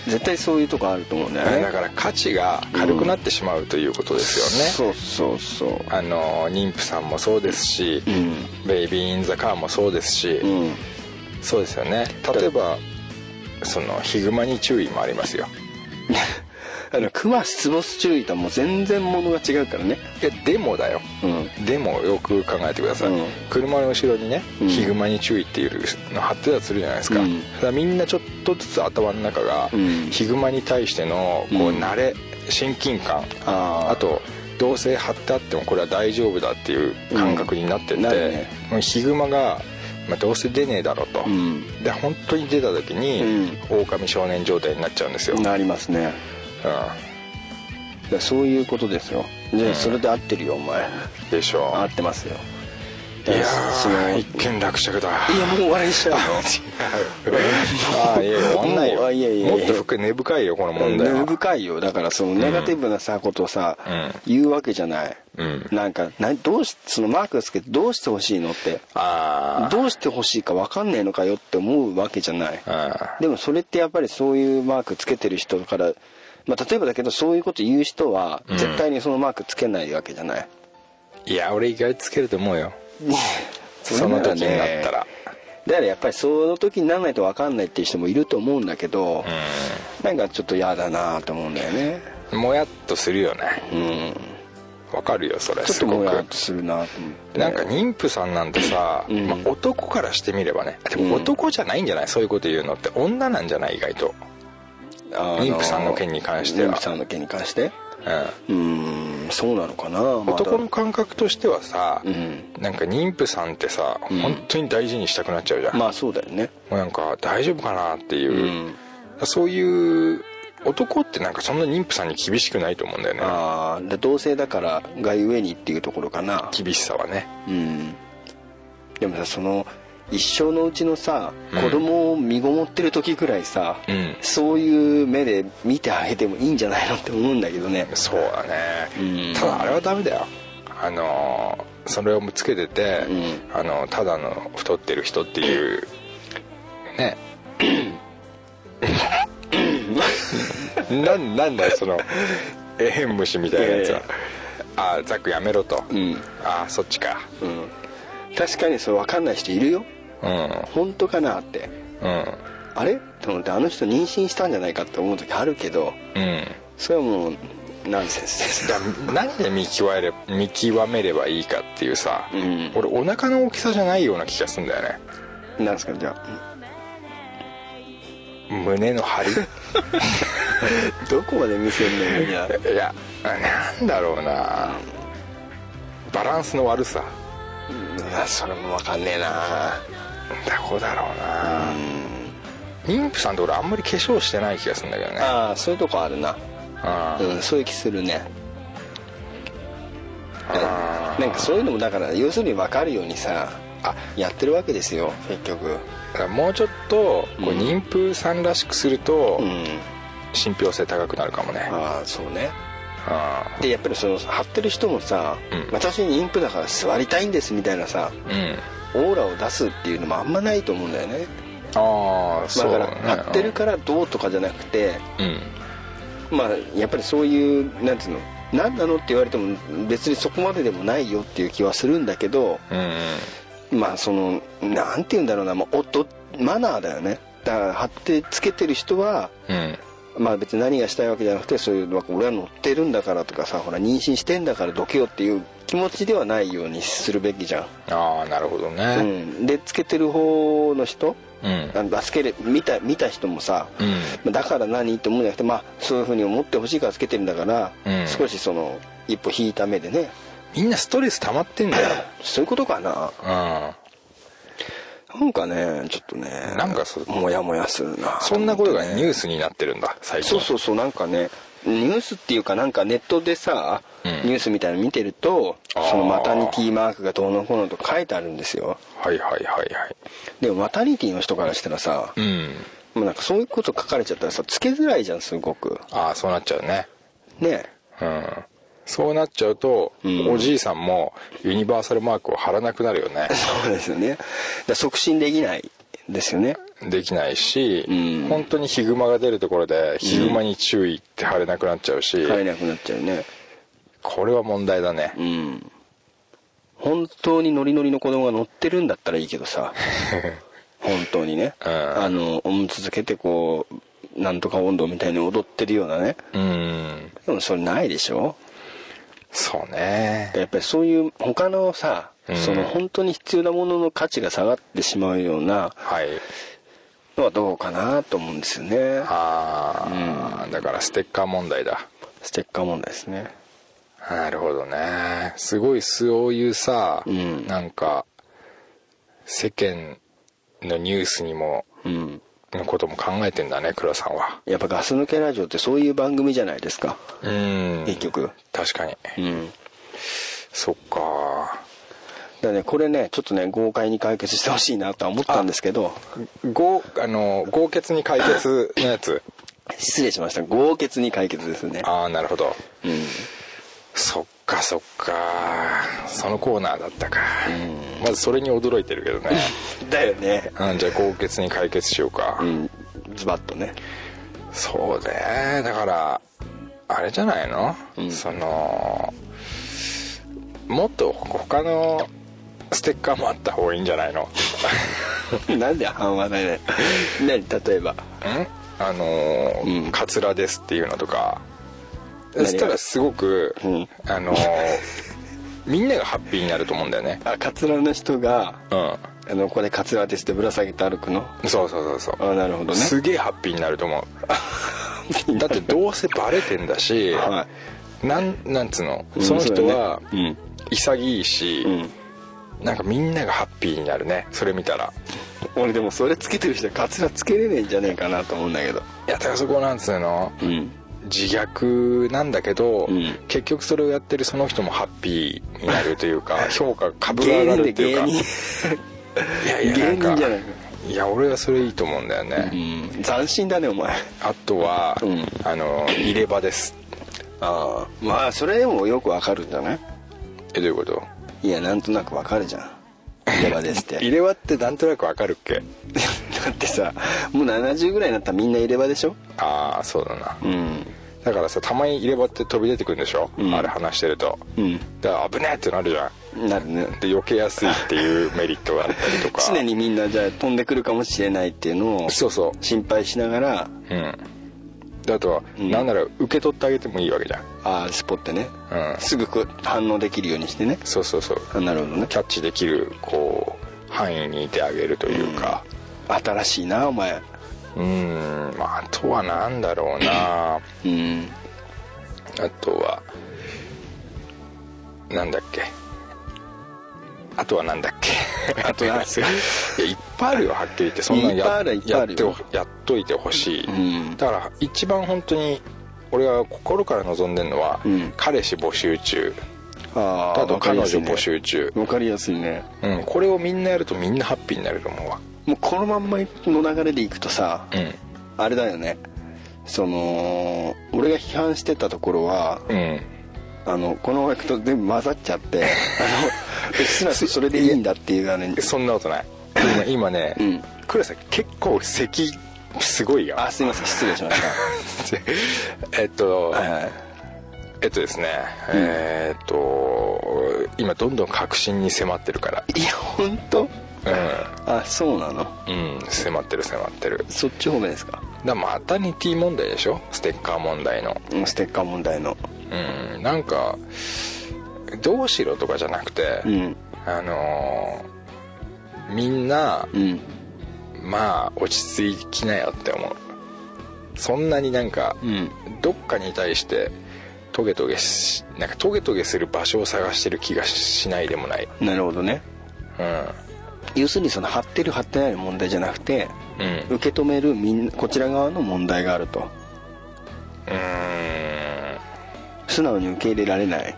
絶対そういうとこあると思うんだよね
だから価値が軽くなってしまうということですよね、
そうそうそう
あの妊婦さんもそうですし、
う
ベイビー・イン・ザ・カーもそうですし、
うん
そうですよね例えばそのヒグマに注意もありますよ
あのクマ出没注意とはもう全然ものが違うからね
いやでもだよ
うん
でもよく考えてください、
うん
車の後ろにね、
うん
ヒグマに注意っていうの貼ってたりするじゃないですか,、
うん
だからみんなちょっとずつ頭の中が、
うん
ヒグマに対してのこう
うん
慣れ親近感
あー
あとどうせ貼ってあってもこれは大丈夫だっていう感覚になってて、
うんなるね
もうヒグマが、まあ、どうせ出ねえだろうと、
うん
で本当に出た時に、狼少年状態になっちゃうんですよ、うん
なりますねだからそういうことですよで、
うん
それで合ってるよお前
でし
合
ょ
ってますよ
いや
その
ー
い
一見落着だ
やもう終わりにしちゃうよ
*laughs* ああいやいや終わんない
もう
よ
あ *laughs* いやいやいや
もっと深い根深いよこの *laughs* 問題
根
は
深いよだからそのネガティブなさことをさ、
うん
言うわけじゃない、
うん
なんかなどうしそのマークつけてどうしてほしいのって
あー
どうしてほしいか分かんねえのかよって思うわけじゃない
あ
でもそれってやっぱりそういうマークつけてる人から、まあ、例えばだけどそういうこと言う人は
うん
絶対にそのマークつけないわけじゃない、
ーいや俺意外とつけると思うよその時になったら
だからやっぱりその時にならないと分かんないっていう人もいると思うんだけど、なんかちょっと嫌だなと思うんだよね
もやっとするよね
うん
わかるよそれ
ちょっ
す
と
ご
も
く
やっとするなと思って
なんか妊婦さんなんてさ、
うん
まあ男からしてみればねでも男じゃないんじゃない、そういうこと言うのって女なんじゃない意外と
あ
妊婦さんの件に関しては
妊婦さんの件に関して
う
うーんそうなのかな、ま
ん
だ
男の感覚としてはさ、
うん
なんか妊婦さんってさ、
ん
本当に大事にしたくなっちゃうじゃん、
まあそうだよね
もうなんか大丈夫かなっていう、
うん
そういう男ってなんかそんな妊婦さんに厳しくないと思うんだよね
ああで同性だからがゆえにっていうところかな
厳しさはね
うんでもさその一生のうちのさ
うん
子供を身ごもってる時ぐらいさ、
うん
そういう目で見てあげてもいいんじゃないのって思うんだけどね
そうだね、
うん
ただあれはダメだよあのーそれをつけてて、
う
あのただの太ってる人っていうねなんなんだよそのえへん虫みたいなやつは、
い
ああザックやめろと、
うん
ああそっちか
うん確かにそれ分かんない人いるよ
うん
本当かなって
うん
あれと思ってあの人妊娠したんじゃないかって思う時あるけど
うん
それはもうナンセンスです
だから何で見極めれ見極めればいいかっていうさ、
うん
俺お腹の大きさじゃないような気がするんだよね
なんですかじゃあ
胸の張り
どこまで見せんのよ *laughs* じゃ
いやなんだろうなバランスの悪さ
あそれも分かんねえな
どこだろうな妊婦さんって俺あんまり化粧してない気がするんだけどね
ああそういうとこあるな
うん
うんそういう気するね
あ
なんかそういうのもだから要するに分かるようにさあやってるわけですよ結局
だからもうちょっとこう
うん
妊婦さんらしくすると
うん
信憑性高くなるかもね
ああそうね
あ
でやっぱりその張ってる人もさ、
うん
私にインプだから座りたいんですみたいなさ
うん
オーラを出すっていうのもあんまないと思うんだよね
ああそ
だ
う
か
だ
ら
ね
張ってるからどうとかじゃなくて
うん
まあやっぱりそういうなんていうの何なのって言われても別にそこまででもないよっていう気はするんだけど
うんうん
まあそのなんて言うんだろうな、まあ、おっとマナーだよねだから貼ってつけてる人は
うん
まあ別に何がしたいわけじゃなくてそういうなんか俺は乗ってるんだからとかさほら妊娠してんだからどけよっていう気持ちではないようにするべきじゃ
ああなるほど
ん、う
ね
ん、でつけてる方の人
うん
あのつける見た見た人もさ、
うん
まあだから何って思うんじゃなくて、まあ、そういうふうに思ってほしいからつけてるんだから、
うん
少しその一歩引いた目でね
みんなストレス溜まってんだよ
そういうことかな
うん
なんかねちょっとね
なんかそう
モヤモヤするな
そんなことがニュースになってるんだ最近
そうそうそうなんかねニュースっていうかなんかネットでさ、
うん
ニュースみたいなの見てると
あー
そのマタニティマークがどうのこうのと書いてあるんですよ
はいはいはいはい
でもマタニティの人からしたらさ、
うん
もうなんかそういうこと書かれちゃったらさつけづらいじゃんすごく
ああそうなっちゃうね
ね
うんそうなっちゃうと、
うん
おじいさんもユニバーサルマークを貼らなくなるよね
そうですよねだから促進できないですよね
できないし、
うん
本当にヒグマが出るところでヒグマに注意って貼れなくなっちゃうし、
入れなくなっちゃうね
これは問題だね
うん本当にノリノリの子供が乗ってるんだったらいいけ
*laughs*
どさ本当にね、
うん
あの続けてこうなんとか温度みたいに踊ってるようなね
うん
でもそれないでしょ
そうね
やっぱりそういう他のさ、
うん
その本当に必要なものの価値が下がってしまうような
はい
のはどうかなと思うんですよね
ああ、だからステッカー問題だ
ステッカー問題ですね
なるほどねすごいそういうさ、
うん
なんか世間のニュースにも
うん
のことも考えてんだね倉さんは
やっぱガス抜けラジオってそういう番組じゃないですか
うん
結局
確かに
うんだか
そっから
ねこれねちょっとね豪快に解決してほしいなとは思ったんですけど
豪あの豪傑に解決のやつ
失礼しました豪傑に解決ですね
ああなるほど
うん
そっかそっかそのコーナーだったか、まずそれに驚いてるけどね、 *laughs*
だよね
うん、じゃあ豪傑に解決しようか、
うんズバッとね *laughs*
そうねだからあれじゃないの、
うん
そのもっと他のステッカーもあった方がいいんじゃないの
なんで半話だよね何例えば
んあのー
うん
カツラです」っていうのとか
何
そ
が
したらすごく、
うん
あのー
*laughs*
みんながハッピーになると思うんだよね
あカツラの人が
う
あのここでカツラですってぶら下げて歩くの
んそうそうそうそう
あなるほどね
すげえハッピーになると思うだってどうせバレてんだし、
は
なんなんつうの、
うん
その人は
そうだね
潔いし、
い、うん、
なんかみんながハッピーになるねそれ見たら
俺でもそれつけてる人はカツラつけれねえんじゃねえかなと思うんだけど
いやだからそこはなんつうの
うん
自虐なんだけど、
うん
結局それをやってるその人もハッピーになるというか評価株が
芸
上が
人
る
で
っていう
芸
か
人
いやいやなんか
芸人じゃない
いや俺はそれいいと思うんだよね、
うん斬新だねお前
あとは、
うん
あの入れ歯です
ああまあそれでもよくわかるんじゃない
えどういうこと
いやなんとなくわかるじゃん入れ歯ですって
入れ歯ってなんとなくわかるっけ
だってさもう70ぐらいになったらみんな入れ歯でしょ
ああそうだな
うん
だからさたまに入れ歯って飛び出てくるんでしょ、
うん
あれ話してると
うん
だから危ねえってなるじゃん
なるね
で避けやすいっていうメリットがあったりとか
*laughs* 常にみんなじゃあ飛んでくるかもしれないっていうのを
そうそ
心配しながら
ううんであとは、なんなら受け取ってあげてもいいわけじゃん
ああスポってね、
うん
すぐこう反応できるようにしてね
そうそうそう
あなるほどね
キャッチできるこう範囲にいてあげるというか
新しいなお前
うんんまああとはなんだろうなあ
うん
とはなんだっけあとはなんだっけ
あとなんすか
*laughs* いやいっぱいあるよはっきり言ってそんなん
いっぱいあ
や
るいっぱい
や
あ
っ
る
て
よ
ほやっといてほしい、
うん
だから一番本当に俺が心から望んでるのは、
うん
彼氏募集中
あ
あと彼女募集中、
わかりやすいね
うん、これをみんなやるとみんなハッピーになると思うわ
もうこのまんまの流れでいくとさ、
う
あれだよねその俺が批判してたところは
んうん
あのこの枠と全部混ざっちゃって *laughs* あのうっすらとそれでいいんだっていうあれに
そんなことない今今ね、
うん
黒さん結構咳すごいよ
あすいません失礼しまし
えっと、
たはいはい
えっとですね、えーっと今どんどん確信に迫ってるか
いや本当
ら
あそうなの
うん、うん、迫ってる迫ってる
そっち方面ですか
だマタニティ問題でしょステッカー問題の
うんステッカー問題の
うんなんかどうしろとかじゃなくて、
うん
あのーみんな
うん
まあ落ち着きなよって思うそんなになんか、
うん
どっかに対してトゲトゲしなんかトゲトゲする場所を探してる気がしないでもない
なるほどね
うん
要するにその貼ってる貼ってないの問題じゃなくて
うんう
受け止めるみんこちら側の問題があると
ーん
素直に受け入れられない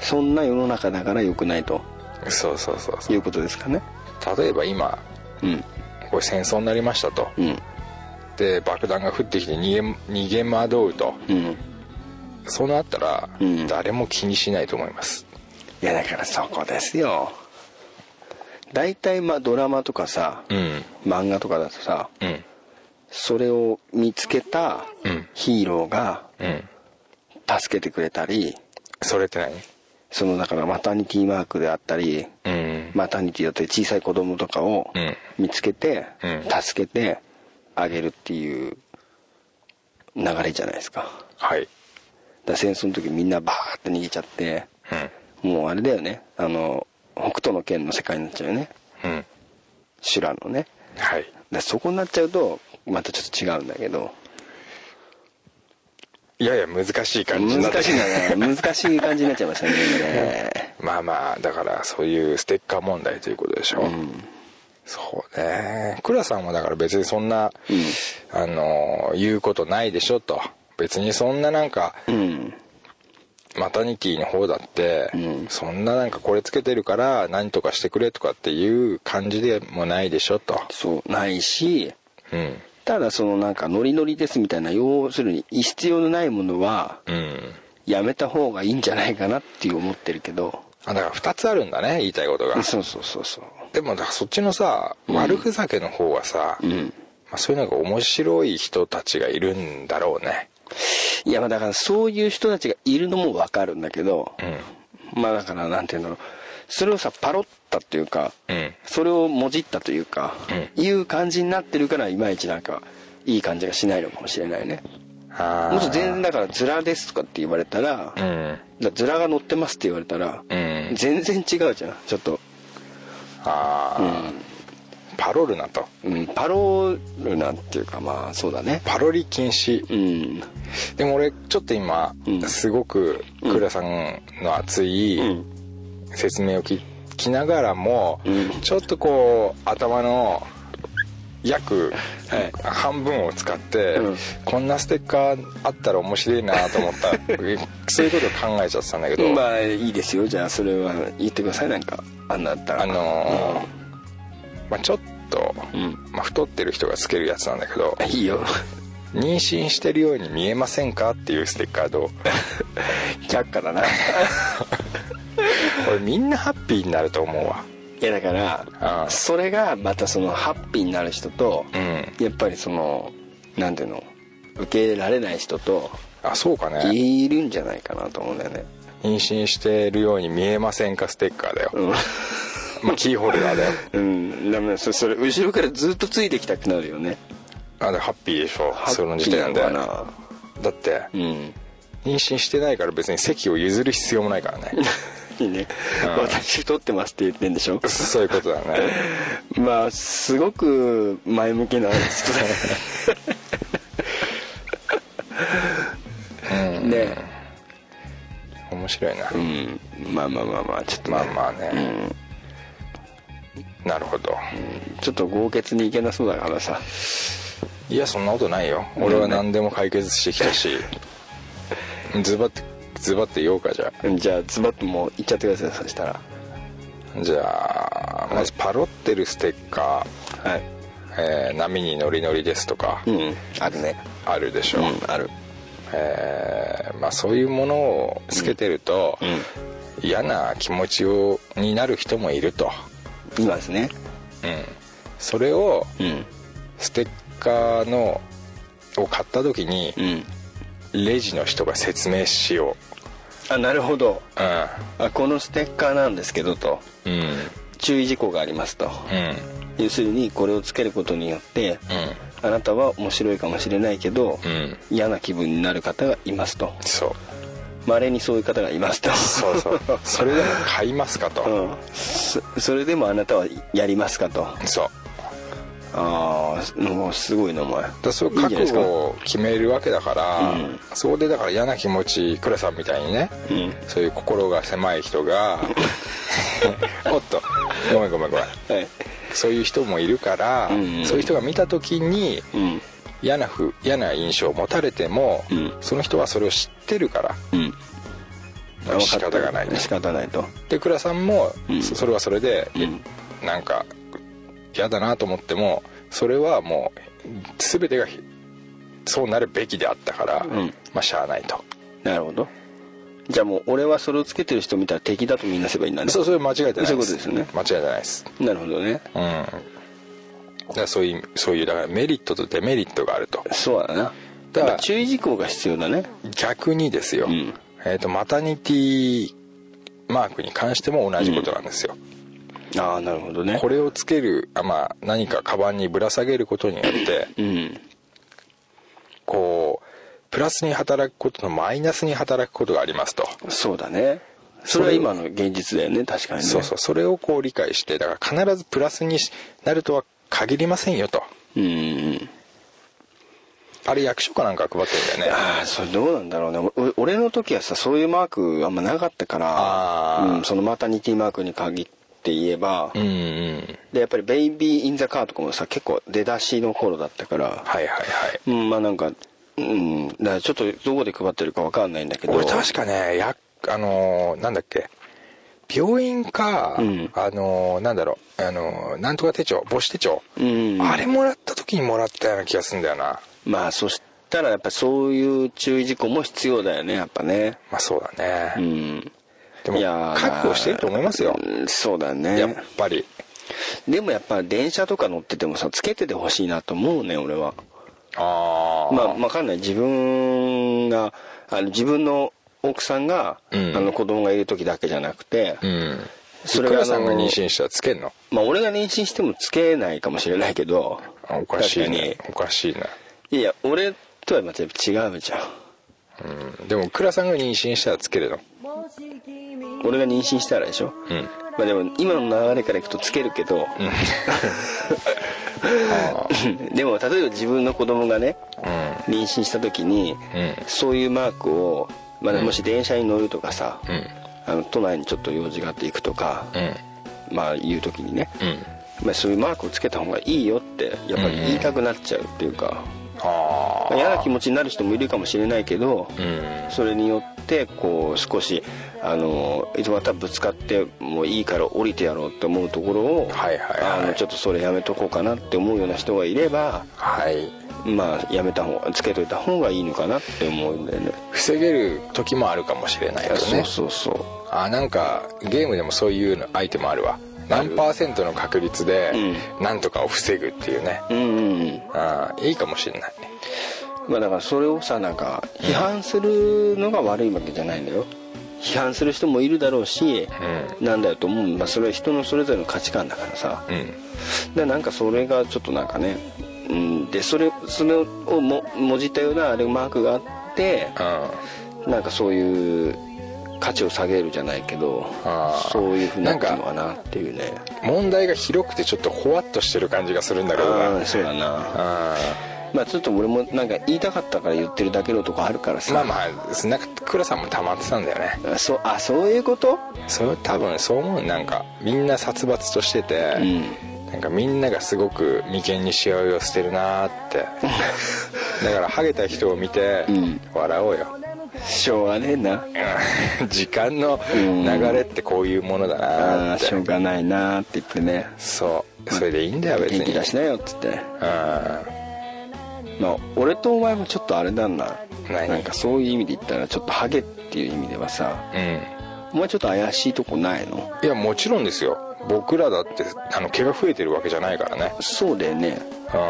そんな世の中だから良くないと
うんそうそうそうそ
いうことですかね
う例えば今
うん
これ戦争になりましたと
うん
で爆弾が降ってきて逃げ逃げ惑うと
うんい
そうなったら
うん
誰も気にしないと思います、
やだからそこですよ大体まあドラマとかさ、
うん
漫画とかだとさ
うん
それを見つけた
うん
ヒーローが
うん
助けてくれたり
それって何
そのだからマタニティマークであったり
うん
マタニティだって小さい子供とかを
うん
見つけて
うん
助けてあげるっていう流れじゃないですかだか
はい
ら戦争の時みんなバーって逃げちゃってもうあれだよねあの北斗の拳の世界になっちゃうよね
うんうん
修羅のね
はい
でそこになっちゃうとまたちょっと違うんだけど
いやいや難しい感じになって
難しいんだね難しい感じになっちゃいましたね今ね
*laughs* まあまあだからそういうステッカー問題ということでしょ、
うん
そうね倉さんもだから別にそんな、
う
あの言うことないでしょと別にそんななんか
うん
マタニティの方だって、
うん
そんななんかこれつけてるから何とかしてくれとかっていう感じでもないでしょと
そうないし
うん
ただそのなんかノリノリですみたいな要するに必要のないものは
うん
やめた方がいいんじゃないかなっていう思ってるけど
あだから2つあるんだね言いたいことが
そうそうそうそう
でもだからそっちのさ
ん
悪ふざけの方はさ、
うん
まあ、そういうのが面白い人たちがいるんだろうね
いやまあだからそういう人たちがいるのもわかるんだけど
う
まあだからなんていうんだろうそれをさパロったっていうか
んうん
それをもじったというか、
う
いう感じになってるからいまいちなんかいい感じがしないのかもしれないね
あー
もし全然だから「ズラです」とかって言われたら
う
「だか
ん
らズラが乗ってます」って言われたら、
うん
全然違うじゃんちょっと、
ああ、パロルなと
うん、パロルなんていうかまあそうだね
パロリ禁止
うん
でも俺ちょっと今、
うん
すごく倉さんの熱い
うん
説明を聞きながらも、
うん
ちょっとこう頭の約
はい
半分を使って、
うん
こんなステッカーあったら面白いなと思った
*laughs*
そういうことを考えちゃってたんだけど、
まあいいですよじゃあそれは言ってくださいなんかあんなあったら
あのーまあ、ちょっと、
うん
まあ、太ってる人がつけるやつなんだけど
いいよ *laughs*
妊娠してるように見えませんかっていうステッカー
*laughs*
どう
却下だない
俺みんなハッピーになると思うわ
やだから
あー
それがまたそのハッピーになる人と、
うん
やっぱりそのなんていうの受け入れられない人と
あそうかね
いるんじゃないかなと思うんだよね
妊娠してるように見えませんかステッカーだよ、まあ、キーホルダーだよ
うんダメだそそれ後ろからずっとついてきたくなるよね
あでハッピーでしょその時点で
ハッピーなのか
だって
なうん *laughs*
妊娠してないから別に席を譲る必要もないからね
いいね
うん
私太ってますって言ってん
*laughs*
でしょ
そういうことだね
まあすごく前向きな人だ
*laughs*
よねね
面白いな、
うんまあまあまあまあちょっとね
まあまあね、なるほど
ちょっと豪傑にいけなそうだからさ
いやそんなことないよ俺は何でも解決してきたしズバッてズバッて言おうかじゃ
じゃあズバッともういっちゃってくださいそした
あ
ら
じゃあまずパロってるステッカ
はい
ー、えー波にノリノリです」とか
うんあるね
あるでし
う
ょ、
んある
えーまあ、そういうものをつけてると、嫌な気持ちをになる人もいると、
いますね
うん、それを
うん
ステッカーのを買った時に
うん
レジの人が説明しよ
あなるほど
ううん
あこのステッカーなんですけどと
うん
注意事項がありますと
うん
要するにこれをつけることによってあなたは面白いかもしれないけど、
うんうん
嫌な気分になる方がいますと
そう
まれにそういう方がいますと
そうそう
*laughs*
それでも買いますかと、
うんそそれでもあなたはやりますかと
そう
ああもうすごいなお前
だからそういう
いいんじゃな
覚
いですか
悟を決めるわけだから
うん
そこでだから嫌な気持ち倉さんみたいにね、
うん
そういう心が狭い人
*laughs*
がおっとごめんごめんごめん
はい
そういう人もいるから、
うんうん
そういう人が見た時に
うん
嫌なふ嫌な印象を持たれても、
うん
その人はそれを知ってるから
うん
まあ仕方がない
仕方ないと
で倉さんも、
うん
そそれはそれで、
うん
なんか嫌だなと思ってもそれはもう全てがひそうなるべきであったから、
ん
まあしゃあないと
なるほどじゃあもう俺はそれをつけてる人見たら敵だとみんなせばいいんだね
そうそれ間違えてないです
そういうことですよね
間違いじゃないです
なるほどね
うんだからそういうそういうだからメリットとデメリットがあると
そうだ
だ
な
から
やっぱ注意事項が必要だね
逆にですよ、
うん
えー、とマタニティマークに関しても同じことなんですよ、
ああなるほどね
これをつけるあ、まあ、何かカバンにぶら下げることによって
うん
こうプラスに働くこととマイナスに働くことがありますと、
そうだねそれは今の現実だよね確かにね
そうそうそれをこう理解してだから必ずプラスにしなるとは限りませんよと
うんうんうん
あれ役所かなんか配ってるんだよね
ああそれどうなんだろうねお俺の時はさそういうマークあんまなかったか
あ
ら、
ー
うん、そのマタニティマークに限って言えば、
うんうん
でやっぱり「ベイビー・イン・ザ・カー」とかもさ結構出だしの頃だったから、
はいはいはい
うんまあなんかうんだからちょっとどこで配ってるかわかんないんだけど
俺確かねやあのーなんだっけ病院か、
うん
あのーなんだろうあのーなんとか手帳母子手帳、
うん
あれもらった時にもらったような気がするんだよな
まあそしたらやっぱそういう注意事項も必要だよねやっぱね
まあそうだ
う
ね、
ん
でも
いやー
覚悟してると思いますよ
うんそうだ
や
ね
っぱり
でもやっぱ電車とか乗っててもさつけててほしいなと思うね俺は
ああ
まあわかんない自分があの自分の奥さんが、
うん
あの子供がいる時だけじゃなくて、
うん
それ
いく
が
ら
あの
さんが妊娠したらつけんの
まあ俺が妊娠してもつけないかもしれないけど
あおかしい
確か
ねおかしいな
にいや俺とはまた違うじゃん
うんでも倉さんが妊娠したらつけるの
俺が妊娠したらでしょ、
うん
まあでも今の流れからいくとつけるけど、 *laughs* でも例えば自分の子供がね
う
妊娠した時に、
うん
そういうマークを、まあ、もし電車に乗るとかさ、
んうん
あの都内にちょっと用事があって行くとか、まあいう時にね、
うんうん
まあ、そういうマークをつけた方がいいよってやっぱり言いたくなっちゃうっていうか、
あ
まあ嫌な気持ちになる人もいるかもしれないけど、
あうん
それによってこう少しあのまたぶつかってもういいから降りてやろうって思うところを、
はいはいはい
あのちょっとそれやめとこうかなって思うような人がいれば
はい
まあやめた方がつけといた方がいいのかなって思うんだよね
防げる時もあるかもしれないけど
そう
ね
そうそう
あなんかゲームでもそういうのアイテムあるわ何パーセントの確率でなんとかを防ぐっていうね
うんうんうん
あーいいかもしれない
まあだからそれをさなんか批判するのが悪いわけじゃないんだよ批判する人もいるだろうし、なんだよと思う、まあ、それは人のそれぞれの価値観だからさ、
うん
でなんかそれがちょっとなんかね、うん、でそれそれをももじったようなあれマークがあって
うん
なんかそういう価値を下げるじゃないけど
あー
そういうふうになって
なん
る
か
のかなっていうね
問題が広くてちょっとほわっとしてる感じがするんだけど
あ
な
あそうだな
あ
まあちょっと俺もなんか言いたかったから言ってるだけのとこあるから
ー
さ
まあまあなんか倉さんも溜まってたんだよね
あそうあそういうこと
それ多分そう思うなんかみんな殺伐としてて、なんかみんながすごく眉間にしわ寄せてるなーって
*laughs*
だからハゲた人を見て
ん
笑おうよ、 *laughs*
しょうがねえな
時間の流れってこういうものだ
あ
なー
あ
って
しょうがないなって言ってね
そうそれでいいんだよ別
元気
に
出しなよっつって
う
まあ俺とお前もちょっとあれだな
何
なんかそういう意味で言ったらちょっとハゲっていう意味ではさ
んうん
お前ちょっと怪しいとこないの
いやもちろんですよ僕らだってあの毛が増えてるわけじゃないからね
そうだよね
うん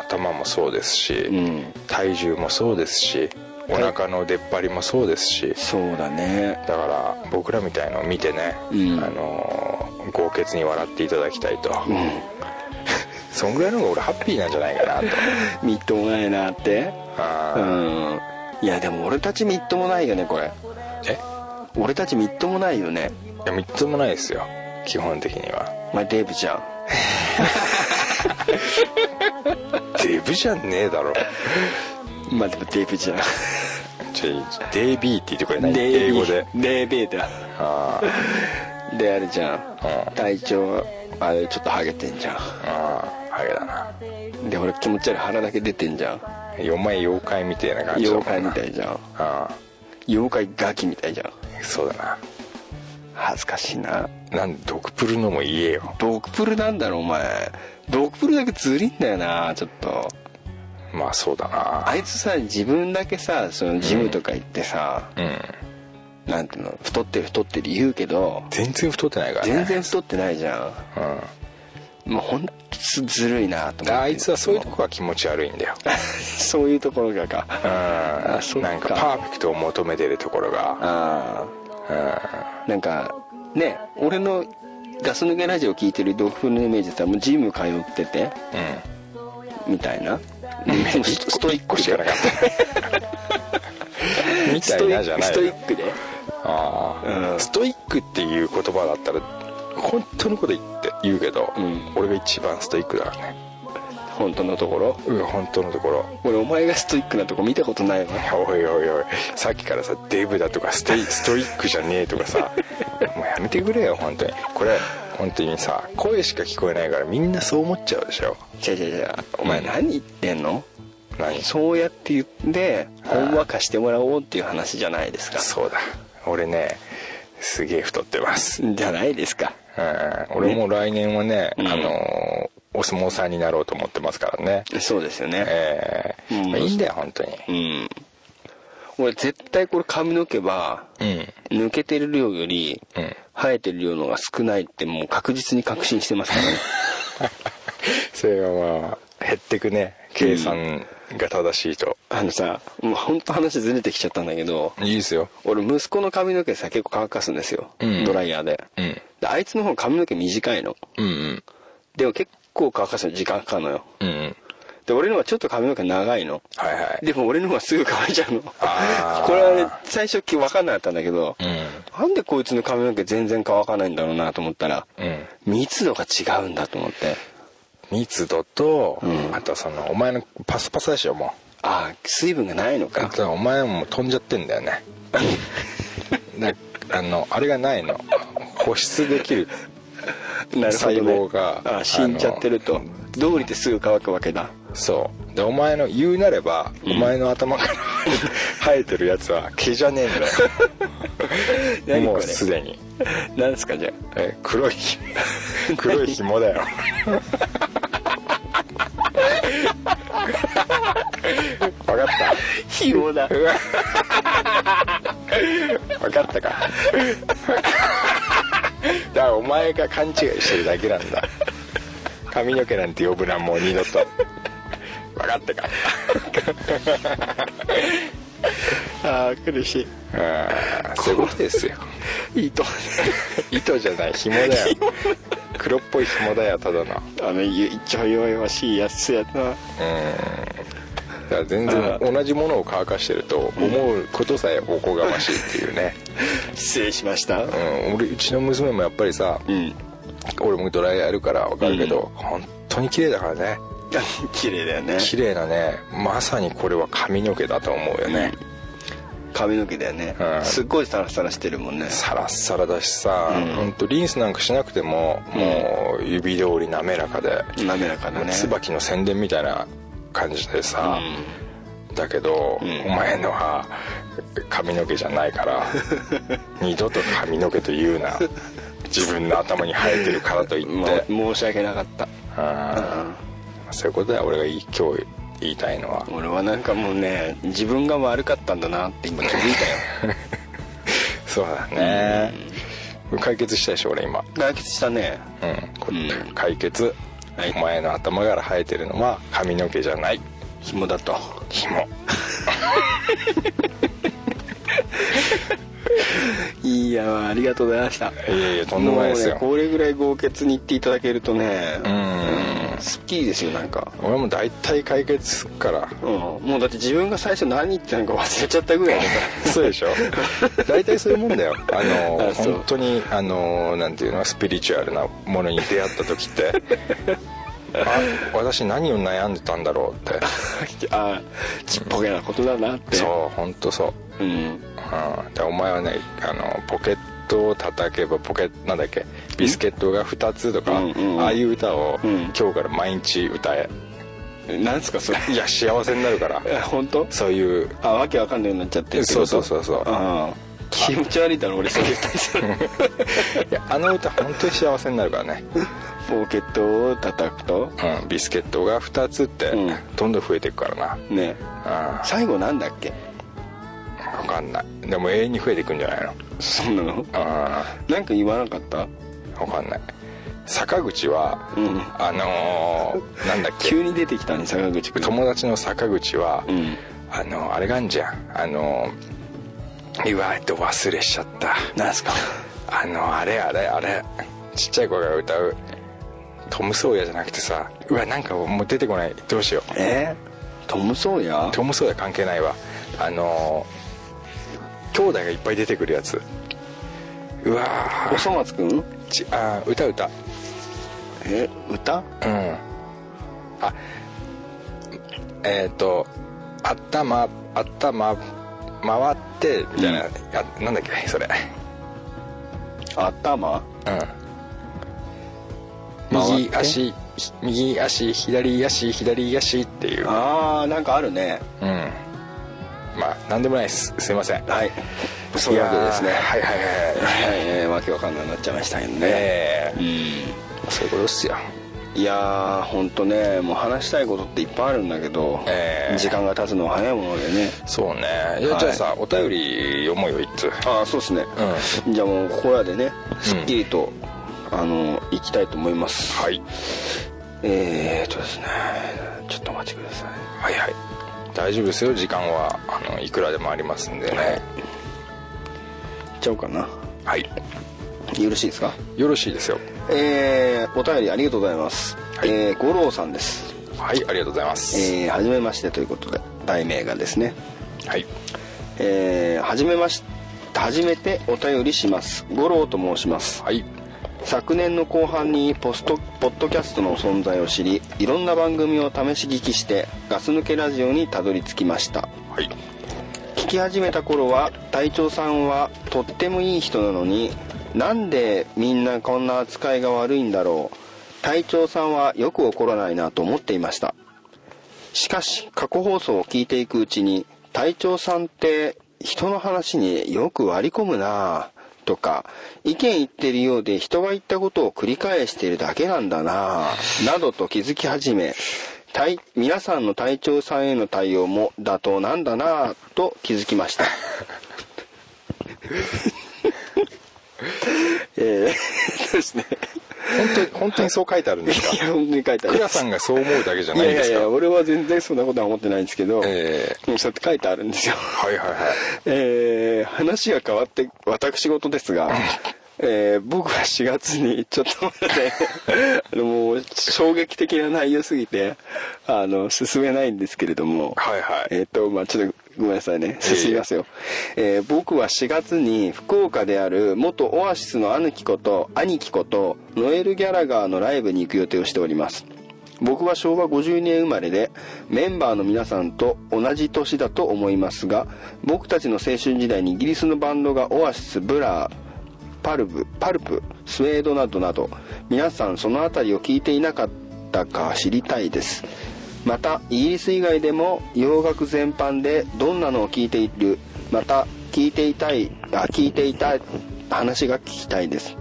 頭もそうですし、
うん
体重もそうですしお腹の出っ張りもそうですし
そうだね
だから僕らみたいのを見てね、
うん
あのー豪傑に笑っていただきたいと、 *laughs* そんぐらいの方が俺ハッピーなんじゃないか
*laughs*
なと
みっともないなってう
あ
んいやでも俺たちみっともないよねこれ
ーえ
俺たちみっともないよね
いやみっともないですよ基本的には
お前デブじゃん
デブじゃねえだろ
まあでもデブじゃん
ちょデイビーって言ってくれない
デ
英
ブ
語で
デブだ
あ
であれじゃん
ー
体調あれちょっとハゲてんじゃん
あーハゲだな
で俺気持ち悪い腹だけ出てんじゃん
お前妖怪みたいな感じだも
妖
んな
怪みたいじゃん
あ
妖怪ガキみたいじゃん
あそうだな
恥ずかしいな
なんで毒プルのも言えよ
ドクプルなんだろお前ドクプルだけずりんだよなちょっと
まあそうだな
あいつさ自分だけさそのジムとか行ってさ、
うん
なんていうの太ってる太ってる言うけど
全然太ってないからね
全然太ってないじゃ
うん
んもうほんとずるいなと思って
あいつはそういうとこが気持ち悪いんだよ
*laughs* そういうところがかあ
う
そ
ん
っか
なんかパーフェクトを求めてるところが
ああなんかね俺のガス抜けラジオ聞いてるドクプルのイメージってもうジム通ってて
う
みたいな
うん
ス
ス
ト
ト
*laughs*
イ
イ
ッ
ッ
ク
ク
しかなかったみたいなじゃない
ストイックで
あー
うん
ストイックっていう言葉だったら本当のこと言って言うけど、
うん
俺が一番ストイックだからね
本当のところ
うん本当のところ
俺お前がストイックなとこ見たことないわ
おいおいおいさっきからさデブだとかステイストイックじゃねえとかさ *laughs* もうやめてくれよ本当にこれ本当にさ声しか聞こえないからみんなそう思っちゃうでしょ
違う違う違うお前何言ってんの
何そ
そうやって言ってほんわかしてもらおうっていう話じゃないですか
うだ俺ねすげえ太ってます
じゃないですか
うん俺も来年はね、
うん
あのーお相撲さんになろうと思ってますからね
そうですよね
ええ
うん
まあいいんだよ本当に
うん俺絶対これ髪の毛は
うん
抜けてる量より
うん
生えてる量の方が少ないってもう確実に確信してます
*laughs*
からね
それはまあ減ってくね計算が正しいと、
あのさもう本当話ずれてきちゃったんだけど
いいですよ
俺息子の髪の毛さ結構乾かすんですよ、
うん
ドライヤーで,、
うん
であいつの方が髪の毛短いの
うんうん
でも結構乾かすの時間かかるのよ
うんうん
で俺の方がちょっと髪の毛長いの
はいはい
でも俺の方がすぐ乾いちゃうのこ
あー
れはね最初分かんなかったんだけど、
う
なんでこいつの髪の毛全然乾かないんだろうなと思ったら、
んうん
密度が違うんだと思って
密度と、
うん
あとそのお前のパサパサでしょも
ああ水分がないの
うだ
か
からお前もう飛んじゃってんだよ
*laughs*
ねだあのあれがないの保湿できる
なるほど、ね、
細胞が
ああ死んじゃってると
あ
どうりってすぐ乾くわけだ
そうでお前の言うなれば、お前の頭から生えてるやつは毛じゃねえんだよ
*laughs* 何これ
もうすでに
なんですかじゃ
え黒い *laughs* 黒い紐だよわかっ
あ紐だ
たわかったかだからお前が勘違いしてるだけなんだ髪の毛なんて呼ぶなもう二度とわかったか
ああ苦しい
あーそういうことですよ
いいと *laughs*
糸じゃない紐だよ黒っぽい紐だよただのうん
あのゆ一応弱々しいやつやな
だから全然同じものを乾かしてると思うことさえおこがましいっていうね、
失礼しました
うん、俺うちの娘もやっぱりさ
うん
俺もドライヤーやるからわかるけど、本当に綺麗だからね
*laughs* 綺麗だよね
綺麗なねまさにこれは髪の毛だと思うよね、
髪の毛だよね、
うん
すっごいサラサラしてるもんね
サラッサラだしさ、
うん
ほんとリンスなんかしなくても、もう指通り滑らかで、
滑らかだね
椿の宣伝みたいな感じでさ、だけど、
ん
お前のは髪の毛じゃないから
*laughs*
二度と髪の毛と言うな自分の頭に生えてるからといって、
うんもう申し訳なかった
あーそういうことだよ俺がい今日言いたいのは
俺はなんかもうね自分が悪かったんだなって今気づいたよ
そうだね、解決したでしょ俺今、
解決したね
うんこ
うん
解決、
はい
お前の頭から生えてるのは髪の毛じゃない
紐だと
紐
いいやわありがとうございました
いやいやとんでもないですよ
もうねこれぐらい豪傑に言っていただけるとね
うん
うんすっきりですよなんか
俺も大体解決すっから
うんもうだって自分が最初何言ってたのか忘れちゃったぐらいだか
*laughs* そうでし
*laughs*
ょ大体そういうもんだよあの
あそう
本当にあのなんていうのスピリチュアルなものに出会った時って
*laughs*
あ私何を悩んでたんだろうって
らああちっぽけなことだなって
そう本当そう
うん
うんでお前はねあのポケッットを叩けばポケなんだっけビスケットが2つとか、
うんうんうん
ああいう歌を、
うん
今日から毎日歌え
なんですかそれ *laughs*
いや幸せになるから
本当
そういう
あわけわかんなくなっちゃってるってこと
そうそうそうそう
あー気持ち悪いだろ俺それ言ったりする
*laughs* いやあの歌本当に幸せになるからね、
ポケットを叩くと
うん、ビスケットが2つって、
うん
どんどん増えていくから
ね
な、
最後なんだっけ
うん、分かんないでも永遠に増えていくんじゃないの
そんなの
う
なんか言わなかった
ん分かんない坂口は、
うん
あのーなんだっけ
急に出てきたね坂口君
友達の坂口は、
うん
あのあれがあんじゃんあの言われて忘れしちゃった
なんすか
あのあれあれあれちっちゃい子が歌うトム・ソーヤじゃなくてさうわなんかもう出てこないどうしよう
えートム・ソーヤ
トム・ソーヤ関係ないわあの兄弟がいっぱい出てくるやつうわー
おそ松くん
ちあー歌歌
え歌
うんあえっ、と頭頭回ってみたいな、
うん
あなんだっけそれ
頭
うん
回
右
って
足ひ右足左足左足っていううん
ああなんかあるね
まあ何でもないですすいません
はいそういうわけですね
いやーはいはいはいはい
はい、えーわけわかんなくなっちゃいましたけどね、
ええそういうことっすよ
いやー本当ねもう話したいことっていっぱいあるんだけど、
ええ
時間が経つのは早いものでね
そうねいや、
はい
じゃあさお便り読もうよ一通
ああそうですね、じゃあもうここらでねすっきりと、あの行きたいと思います
はい
えー、っとですねちょっとお待ちください
はいはい大丈夫ですよ時間はあのいくらでもありますんでね
行っちゃおうかな
はい
よろしいですか
よろしいですよ
えー、お便りありがとうございます、
はい
えー、五郎さんです
はいありがとうございます、
えー、はじめましてということで題名がですね
はい
えー、はじめまし初めてお便りします五郎と申します
はい
昨年の後半にポストポッドキャストの存在を知りいろんな番組を試し聞きしてガス抜けラジオにたどり着きました
はい
聞き始めた頃は隊長さんはとってもいい人なのになんでみんなこんな扱いが悪いんだろう隊長さんはよく怒らないなと思っていましたしかし過去放送を聞いていくうちに隊長さんって人の話によく割り込むなぁとか意見言ってるようで人が言ったことを繰り返しているだけなんだなぁなどと気づき始め隊皆さんの隊長さんへの対応も妥当なんだなぁと気づきましたえー、ですね
本
*laughs*
当に本当にそう書いてあるんです
いや
か
本当 *laughs* に書いてあ
ク
り
ラ
ます
さんがそう思うだけじゃ
い
ない
や
ん
い
で
や
す
い
か
や俺は全然そんなことは思ってないんですけど、
ええ
うんそうやって書いてあるんですよ *laughs*
はいはいはい
えー話が変わって私事ですが、えー僕は4月にちょっと待って *laughs* あのもう衝撃的な内容すぎてあの進めないんですけれども
はいはい
えっ、とまあちょっとごめんなさいね進みますよ、えー僕は4月に福岡である元オアシスのアヌキこと兄貴ことノエル・ギャラガーのライブに行く予定をしております僕は昭和52年生まれでメンバーの皆さんと同じ年だと思いますが僕たちの青春時代にイギリスのバンドがオアシスブラーパルブパルプスウェードなどなど皆さんその辺りを聞いていなかったか知りたいですまたイギリス以外でも洋楽全般でどんなのを聞いているまた聞いていたいあ聞いていたい話が聞きたいです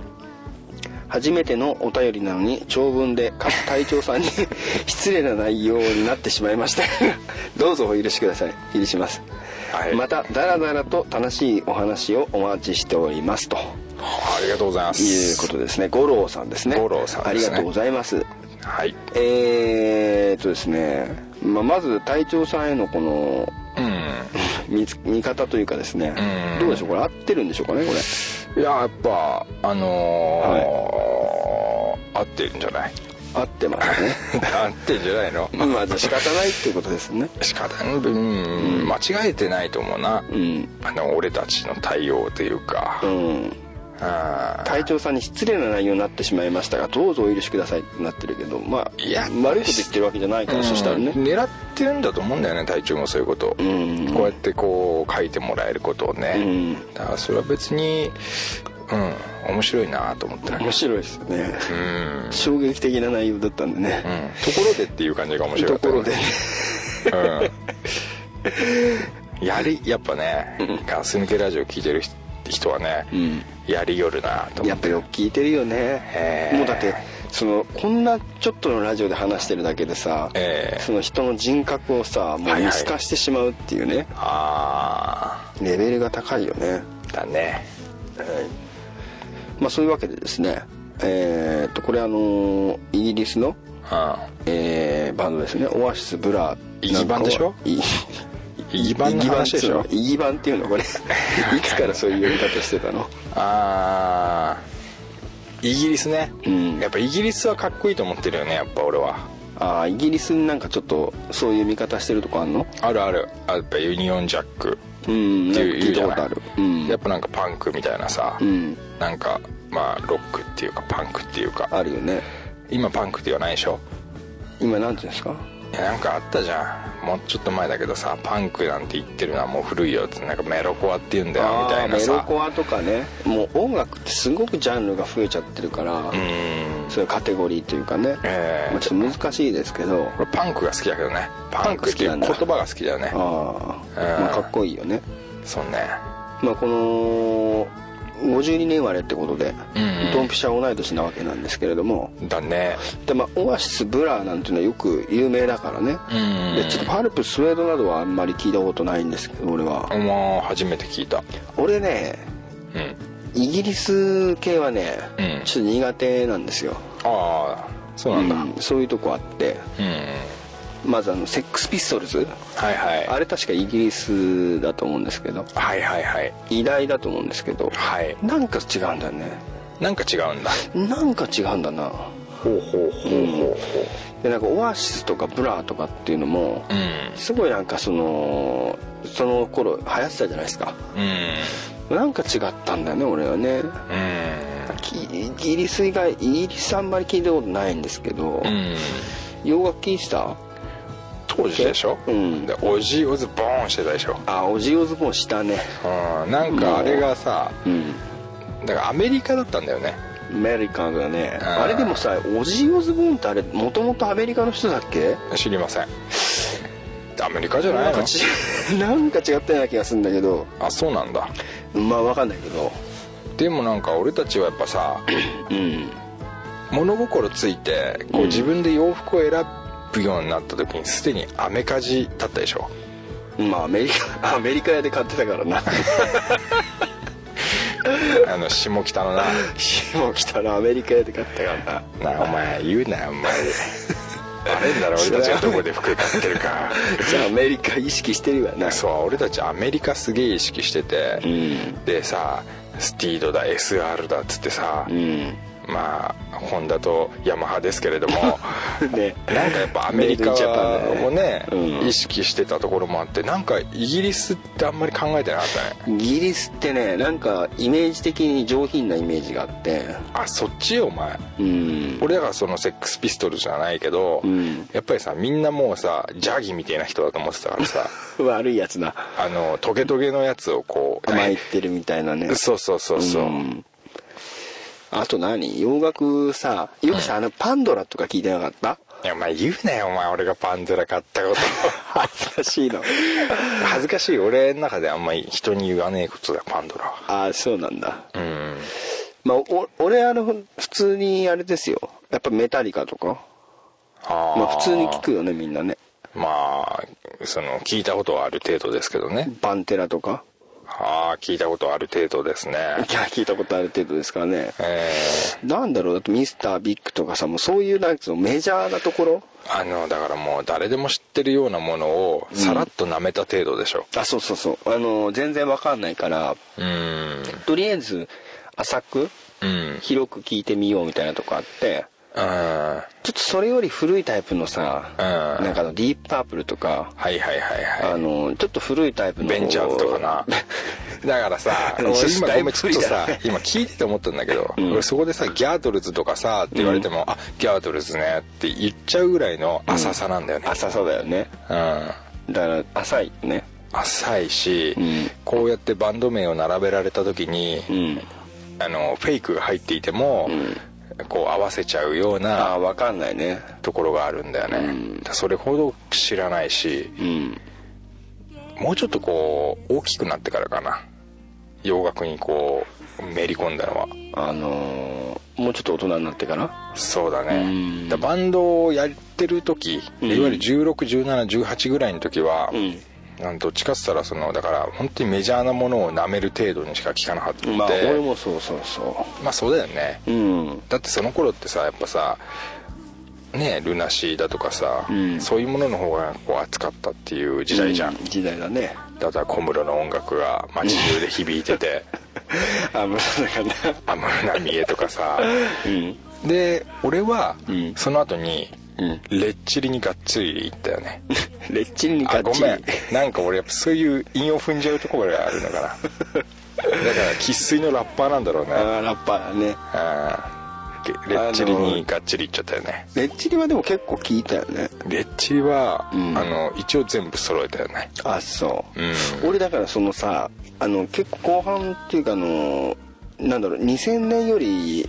初めてのお便りなのに長文で各隊長さんに *laughs* 失礼な内容になってしまいました *laughs* どうぞお許しください許します、
はい
またダラダラと楽しいお話をお待ちしておりますと
ありがとうございます
いうことですね五郎さんですね
五郎さんですね
ありがとうございます
はい
えー、っとですね、まあ、まず隊長さんへのこの
うん
見つ見方というかですね
うん
どうでしょうこれ合ってるんでしょうかねこれ
いややっぱあのー合ってるんじゃない *laughs*
合ってますね
合ってるんじゃないの
まあじゃあ仕方ないっていうことですね
仕方ないうん間違えてないと思うな、
うん
あの俺たちの対応というか、
うん
あー
隊長さんに失礼な内容になってしまいましたがどうぞお許しくださいってなってるけどまあ
いや
悪いこと言ってるわけじゃないから、そしたら
うん
ね
狙ってるんだと思うんだよね隊長もそういうことを、
うん
こうやってこう書いてもらえることをね、
うん
だからそれは別にうん面白いなと思って
面白いですよね
うん
衝撃的な内容だったんで
う
ね、
んところでっていう感じが面白か
と
った
ころでね
うん、やりやっぱねガス抜けラジオ聞いてる人はね、
ん
やりよるなと思
や
っ
ってぱよく聞いてるよね
へー
もうだってそのこんなちょっとのラジオで話してるだけでさ、
ええ
その人の人格をさもう
はい
見
はい
透かしてしまうっていうね、
あ
レベルが高いよね
あだね
まあそういうわけでですねえーっとこれあのーイギリスの、
う
えーバンドですねオアシスブラ
イギバンでしょ
イ
んイギバンの話でしょ
イギバンっていう
*laughs*
のこれいつからそういう呼び方してたの
ああイギリスね、
うん
やっぱイギリスはかっこいいと思ってるよねやっぱ俺は
ああイギリスになんかちょっとそういう見方してるとこあんの
あるあるあやっぱユニオンジャック
う
っ
ん
て
な
い
んか
う
聞い
言
た
う
ことある
じ
う
ゃない
ん
やっぱなんかパンクみたいなさ、
うん
なんかまあロックっていうかパンクっていうか
あるよね
今パンクって言わないでしょ
今なんていうんですか
いやなんかあったじゃんもうちょっと前だけどさパンクなんて言ってるのはもう古いよってなんかメロコアって言うんだよみたいな
メロ
さ
コアとかねもう音楽ってすごくジャンルが増えちゃってるから、
うーん
そういうカテゴリーというかね、
ええ
まあちょっと難しいですけど
俺パンクが好きだけどねパンクっていう言葉が好きだよね
あ、あ
ええ
まあ、かっこいいよね、
そうね
まあ、この52年生まれってことで
うんうん
ドンピシャ同い年なわけなんですけれども
だね
で、まあ、オアシスブラーなんていうのはよく有名だからね、
うん
でちょっとパルプスウェードなどはあんまり聞いたことないんですけど俺は、
もう初めて聞いた
俺ね
うん
イギリス系はね、
うん
ちょっと苦手なんですよ、
ああそうなんだ
うんそういうとこあって
うん、
まずあのセックスピストルズ
はいはい
あれ確かイギリスだと思うんですけど
はいはいはい
偉大だと思うんですけど
はい
なんか違うんだよね
なんか違うんだ
なんか違うんだな
ほうほうほうほう
でなんかオアシスとかブラーとかっていうのも
うん
すごいなんかそのその頃流行ってたじゃないですか
うん
なんか違ったんだよね俺はね
う
きイギリス以外イギリスあんまり聞いたことないんですけど、
んうん
洋楽聞いてた
当時でしょ、
うん
でオジーオズボーンしてたでしょ
あオジオズボーンしたね
うんなんかあれがさ
うん
だからアメリカだったんだよね
アメリカンだね
うん
あれでもさオジオズボーンってあれもともとアメリカの人だっけ
知りませんアメリカじゃな
ないんか
の
ち *laughs* なんか違ったような気がするんだけど
あそうなんだ
まあわかんないけど
でもなんか俺たちはやっぱさ
うん
物心ついてこう自分で洋服を選ぶようになった時にすでにアメカジだったで
*laughs*
しょ
まあアメリカアメリカ屋で買ってたからな *laughs*
あの下北のな
もう来たらアメリカ屋で買ってたからな
なあお前言うなよお前あれんだろ俺たちがどこで服買ってるか
じゃあアメリカ意識してるわな
そう俺たちアメリカすげえ意識してて、
ん
でさスティードだ SR だっつってさ、
うん
まあホンダとヤマハですけれど
*laughs*
も
ね
なんかやっぱアメリカ
メイドインジャパンだ
をね
うん
意識してたところもあってなんかイギリスってあんまり考えてなかったね
イギリスってねなんかイメージ的に上品なイメージがあって
あそっちよお前
うん
俺だからそのセックスピストルじゃないけど、
うん
やっぱりさみんなもうさジャギみたいな人だと思ってたから
*laughs*
さ
悪いやつな
あのトゲトゲのやつをこう
甘えてるみたいなね
そうそうそうそう、
んあと何洋楽さよくさ、あのパンドラとか聞いてなか *laughs* った
いやお前言うなよお前俺がパンドラ買ったこと
*laughs* 恥ずかしいの
恥ずかしい俺の中であんまり人に言わねえことだパンドラは
ああそうなんだ
うん
まあお俺あの普通にあれですよやっぱメタリカとか
あー
まあ普通に聞くよねみんなね
まあその聞いたことはある程度ですけどね
バンテラとか
ああ聞いたことはある程度ですね
いや聞いたことある程度ですからね
えー
なんだろうだってミスタービッグとかさもうそういうなんかそのメジャーなところ
あのだからもう誰でも知ってるようなものをさらっと舐めた程度でしょ
あそうそうそうあの全然わかんないから
うん
とりあえず浅く
うん
広く聞いてみようみたいなとこあって
うんは
ちょっとそれより古いタイプのさ、
うん
なんかあのディープパープルとか、
いはいはい
あ
は
のちょっと古いタイプ
い
の
ベンチャーズとかなだからさ
*laughs*
俺
ちょっと
今
だい
ごめ
ぶ
んちょっとさ
不利だね
今聞いてて思ったんだけど、
ん
俺そこでさギャートルズとかさって言われても、あギャートルズねって言っちゃうぐらいの浅さなんだよね、
浅さだよね
うん
だから浅いね
浅いし、
うん
こうやってバンド名を並べられた時に、
うん
あのフェイクが入っていても、こう合わせちゃうよう
ああ
な
分かんないね
ところがあるんだよね、
うん
だからそれほど知らないし
うん
もうちょっとこう大きくなってからかな洋楽にこうめり込んだのは
あのーもうちょっと大人になってから
そうだ
うん
ねだバンドをやってる時、
うん
いわゆる161718ぐらいの時は、
ん
なんどっちかっつったらそのだから本当にメジャーなものを舐める程度にしか聞かなかったんで
まあ俺もそうそうそ
まあそうだよね
ううん
だってその頃ってさやっぱさねルナシーだとかさ、
うん
そういうものの方がこう熱かったっていう時代じゃん、
う時代だね *laughs*
だから小室の音楽が街中で響いて
*laughs*
て
あ無駄だか
安室奈美恵とかさ
なうん
で俺は
うん
その後に
うん
レッチリにがっつり行ったよ
*laughs*
ね
レッチリに
あ
ガ
ご
ッチ
めん
リ
なんか俺やっぱそういう韻を踏んじゃうところがあるのかなだから生粋のラッパーなんだろうね
あーラッパーね
あーレッチリにがっちり行っちゃったよね
レッチリはでも結構聞いたよね
レッチリは、
うん
あの一応全部揃えたよね
あそう、
う
俺だからそのさあの結構後半っていうかあのなんだろう2000年より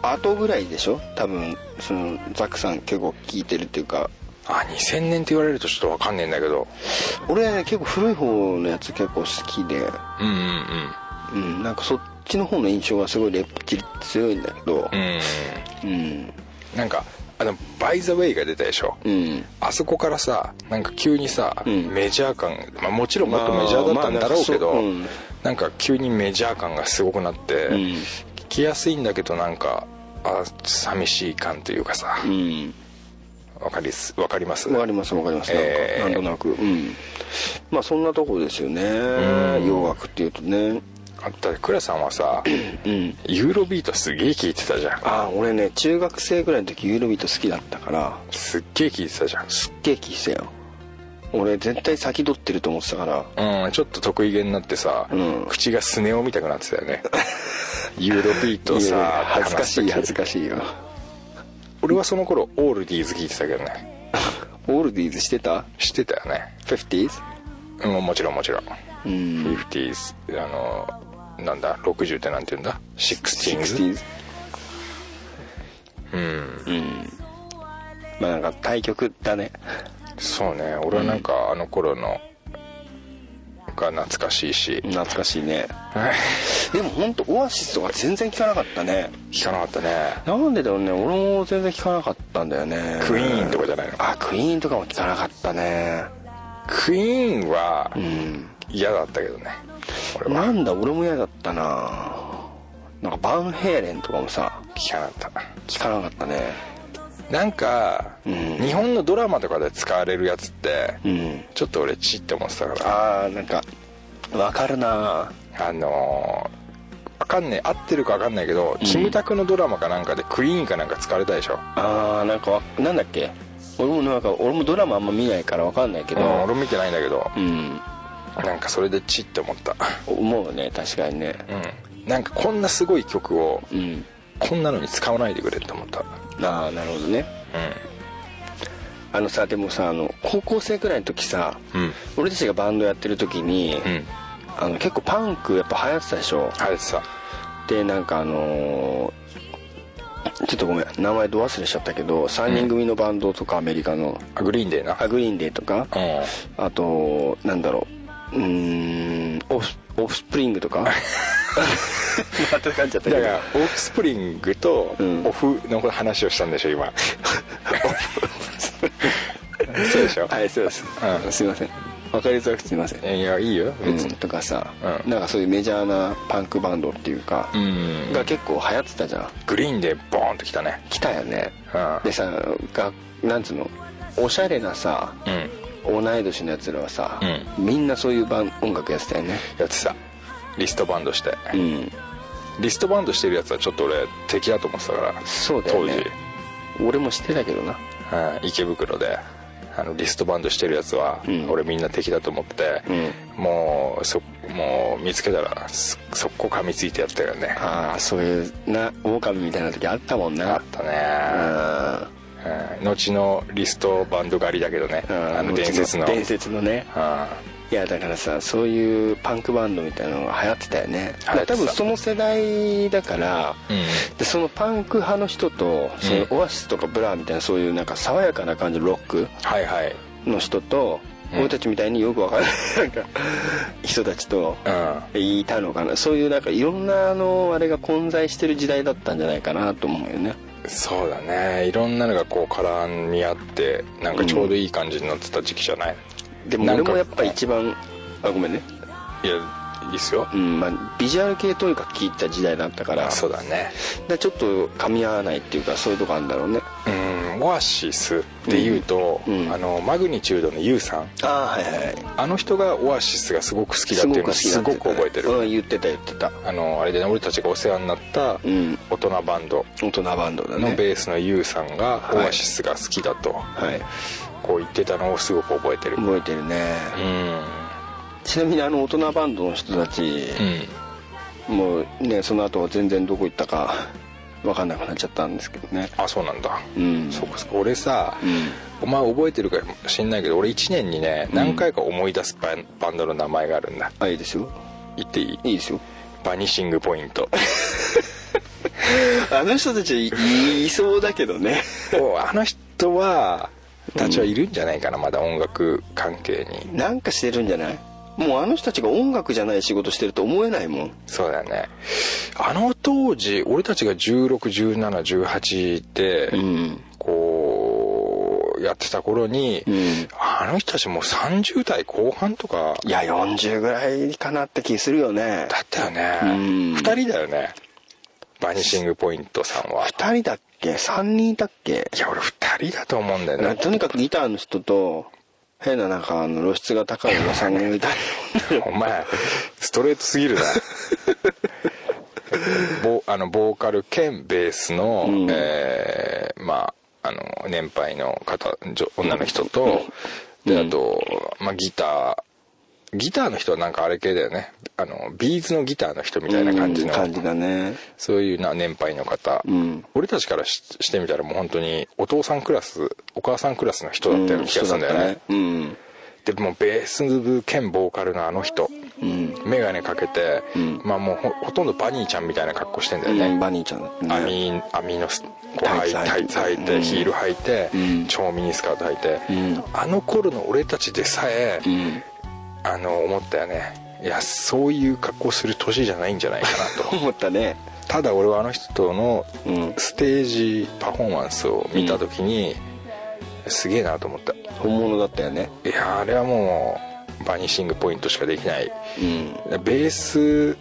後ぐらいでしょ多分そのザックさん結構聞いてるっていうか
あ2000年って言われるとちょっとわかんねえんだけど
俺ね結構古い方のやつ結構好きで
うんうん
うんなんかそっちの方の印象がすごいレッチリ強いんだけど
うんうん
うん
なんかあの「バイ・ザ・ウェイ」が出たでしょ、
うん
あそこからさなんか急にさ、
うん
メジャー感、まあ、もちろんもっとメジャーだったんだろうけど、
まあまあなんか
なんか急にメジャー感がすごくなって、
うん
聞きやすいんだけどなんかあ寂しい感というかさわ、
うん
かりすわかります
わかりますわかりますなんか、
えー
なんとなくうんまあそんなとこですよね
ん
洋楽っていうとね
あったクラさんは
*clears throat*
さ
うん
ユーロビートすげえ聞いてたじゃん
ああ俺ね中学生ぐらいの時ユーロビート好きだったから
すっげえ聞いてたじゃ
すっげえ聞いてたよ俺絶対先取ってると思ってたから
んうんちょっと得意げになってさ、
うん
口がスネを見たくなってたよ *laughs* ねユーロビート
いやい
さ
や恥ずかしい恥ず
か
かしいよ
俺はその頃オールディーズ聞いてたけどね
オールディーズしてた
知ってたよね
50s?
うんもちろんもちろん
うん
50s あのなんだ60ってなんて言うんだ 60s うん
まあなんか対局だね
そうね俺はなんかあの頃のが懐かしいし、 *laughs*
懐かしいねでも本当オアシスとか全然聞かなかったね
聞かなかったね
なんでだろうね俺も全然聞かなかったんだよね
クイーンとかじゃないの
あクイーンとかも聞かなかったね
クイーンは
うん
嫌だったけどね俺は
なんだ俺も嫌だったななんかバンヘイレンとかもさ
聞かなかっ
聞かなかったね
たなんか、
うん
日本のドラマとかで使われるやつって、
ん
ちょっと俺チって思ってたから
ああなんかわかるな
あのー、わかんねえ合ってるかわかんないけど、キムタクのドラマかなんかでクイーンかなんか使われたでしょ、
あーなんかわなんだっけ俺もなんか俺もドラマあんま見ないからわかんないけ
うん
ど
俺見てないんだけど
うん
なんかそれでチって思った
思うね確かにね
うんなんかこんなすごい曲を
うん
こんなのに使わないでくれって思った
ああなるほどねあのさでもさあの高校生くらいの時さ、
うんうん
俺たちがバンドやってる時に、
うん
あの結構パンクやっぱ流行ってたでしょ
あれさ
でなんかあのーちょっとごめん名前ど忘れしちゃったけど3人組のバンドとかアメリカの、
あグリーンデーな
アグリーンデーとか
うん
あとなんだろううーんオフオフスプリングとかまた噛んじゃったけ
だ
ど
からオークスプリングと
うん
オフの話をしたんでしょ
*laughs*
今そうでしょ
はいそうです、
うん
すいませんわかりづらくてすいません
いやいいよ別
うん
に
とかさ、
うん
なんかそういうメジャーなパンクバンドっていうか、
うん
が結構流行ってたじゃん
グリーンでボーンときたね
来たよね
う
でさがなんつうのおしゃれなさ
んうん
同い年のやつらはさ、
う
みんなそういうバン音楽やってたよね
やってさリストバンドして
うん
リストバンドしてるやつはちょっと俺敵だと思ってたから
そうだよね俺もしてたけどな
当時、うん、池袋であのリストバンドしてるやつは、
うん
俺みんな敵だと思って、
う
もうそもう見つけたらす速攻噛みついてやったよね
ああそういうな狼みたいな時あったもん
あ
な
ったね
あ
うん後のリストバンド狩りだけどね
あ
あの伝説の
伝説のね
うん
いやだからさそういうパンクバンドみたいなのが流行ってたよねだから多分その世代だから、でそのパンク派の人とそのオアシスとかブラーみたいなそういうなんか爽やかな感じのロック
はいはい
の人と、
うん
俺たちみたいによくわからないなんか人たちと
うん
いたのかなそういうなんかいろんなあのあれが混在してる時代だったんじゃないかなと思うよね
そうだねいろんなのがこう絡み合ってなんかちょうどいい感じになってた時期じゃない、
でも
なん
俺
か
もやっぱ一番あごめんね、
いやいいっすよ
うんまあ、ビジュアル系とにかく聞いてた時代だったから
そうだね
でちょっと噛み合わないっていうかそういうとこあるんだろうね
うんオアシスでいうと、
うんうん
あのマグニチュードの YOU さん
ああはいはい
あの人がオアシスがすごく好きだっていうのをすごく覚えてる、
うん言ってた言ってた
あのあれでね俺たちがお世話になった
うん
大人バンド
大人バンドだね
のベースの YOU さんがオアシスが好きだと、
はい
こう言ってたのをすごく覚えてるうん
覚えてるね、ちなみにあの大人バンドの人たち、
うん
もうねその後は全然どこ行ったか分かんなくなっちゃったんですけどね
あそうなんだ、
うん
そうかそうか俺さ、
うん
お前覚えてるかもしんないけど俺1年にね
ん
何回か思い出すバンバンドの名前があるんだ
あいいですよ
言っていい
いいですよ
バニシングポイン *laughs* ト
あの人たちいいそうだけどね
おあの人はたちはいるんじゃないかなまだ音楽関係に
なんかしてるんじゃないもうあの人たちが音楽じゃない仕事してると思えないもん
そうだよねあの当時俺たちが161718で、
ん
こうやってた頃に、
うん
あの人たちもう30代後半とか
いや40ぐらいかなって気するよね
だったよね
うん
2人だよねバニシングポイントさんは
2人だっけ3人いたっけ
いや俺2人だと思うんだよ
な
ね
とにかくギターの人と変ななんかあの露出が高いおばさんが
*laughs*
いたり
お前ストレートすぎる
*laughs*
なボあのボーカル兼ベースの、
ん
えーまああの年配の方女女の人と、であと、まあ、ギターギターの人はなんかあれ系だよねあのビーズのギターの人みたいな感じの、
うん感じだね
そういうな年配の方、
うん
俺たちからししてみたらもう本当にお父さんクラスお母さんクラスの人だったような気がするんだよね,、
うん
でもうベース部兼ボーカルのあの人、眼鏡かけて、
ん
まあもうほほとんどバニーちゃんみたいな格好してんだよ
うん
ね、
バニーちゃんだったね
網網のスこう
タ
タ
イ
イ
ツ
ツ
履い
履
て
いて、
うん
ヒール履いて、
うん
超ミニスカート履いて、
ん
あの頃の俺たちでさえ、
うん
あの思ったよねいやそういう格好する年じゃないんじゃないかな
*laughs*
と
思ったね
ただ俺はあの人との
うん
ステージパフォーマンスを見た時に、すげえなと思ったい
本物だったよね
やあれはもうバニシングポイントしかできない
うん
ベース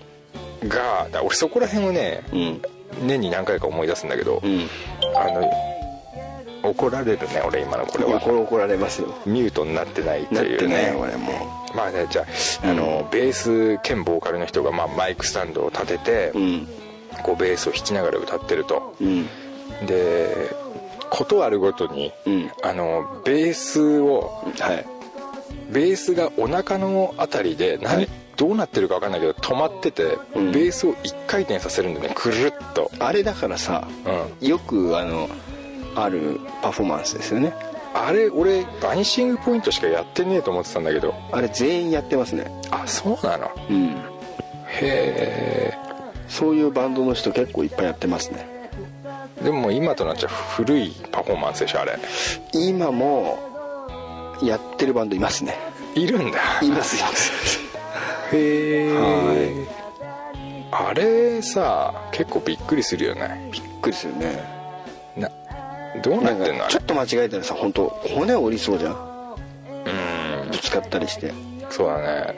がだから俺そこら辺をね
うん
年に何回か思い出すんだけど、
うん
あの怒られるね俺今のこ
こ
れ
れは
は
これ怒られますよ
ミュートになってないって
なっ
い
て
う
ね
ね
俺も
まあねじゃああのベース兼ボーカルの人が、まあ、マイクスタンドを立てて、
うん
こうベースを弾きながら歌ってると、
うん
でことあるごとに、
うん
あのベースを
はい
ベースがお腹のあたりで何、
はい
どうなってるか分かんないけど止まってて、
うん
ベースを一回転させるんだよねくるっと、
あれだからさ
うん、
よくあのあるパフォーマンスですよね
あれ俺バニシングポイントしかやってねえと思ってたんだけど
あれ全員やってますね
あそうなの
うん
へ
そういうバンドの人結構いっぱいやってますね
えでももう今となっちゃ古いパフォーマンスでしょあれ
今もやってるバンドいますね
いるんだ
*laughs* いますいます
へ
は
えあれさ結構びっくりするよね
びっくりするね
などうな
な
っ
ん
てんの
か
あ
ち
れ
ょっと間違えたらさ本当骨折りそうじゃんぶつかったりして
そうだね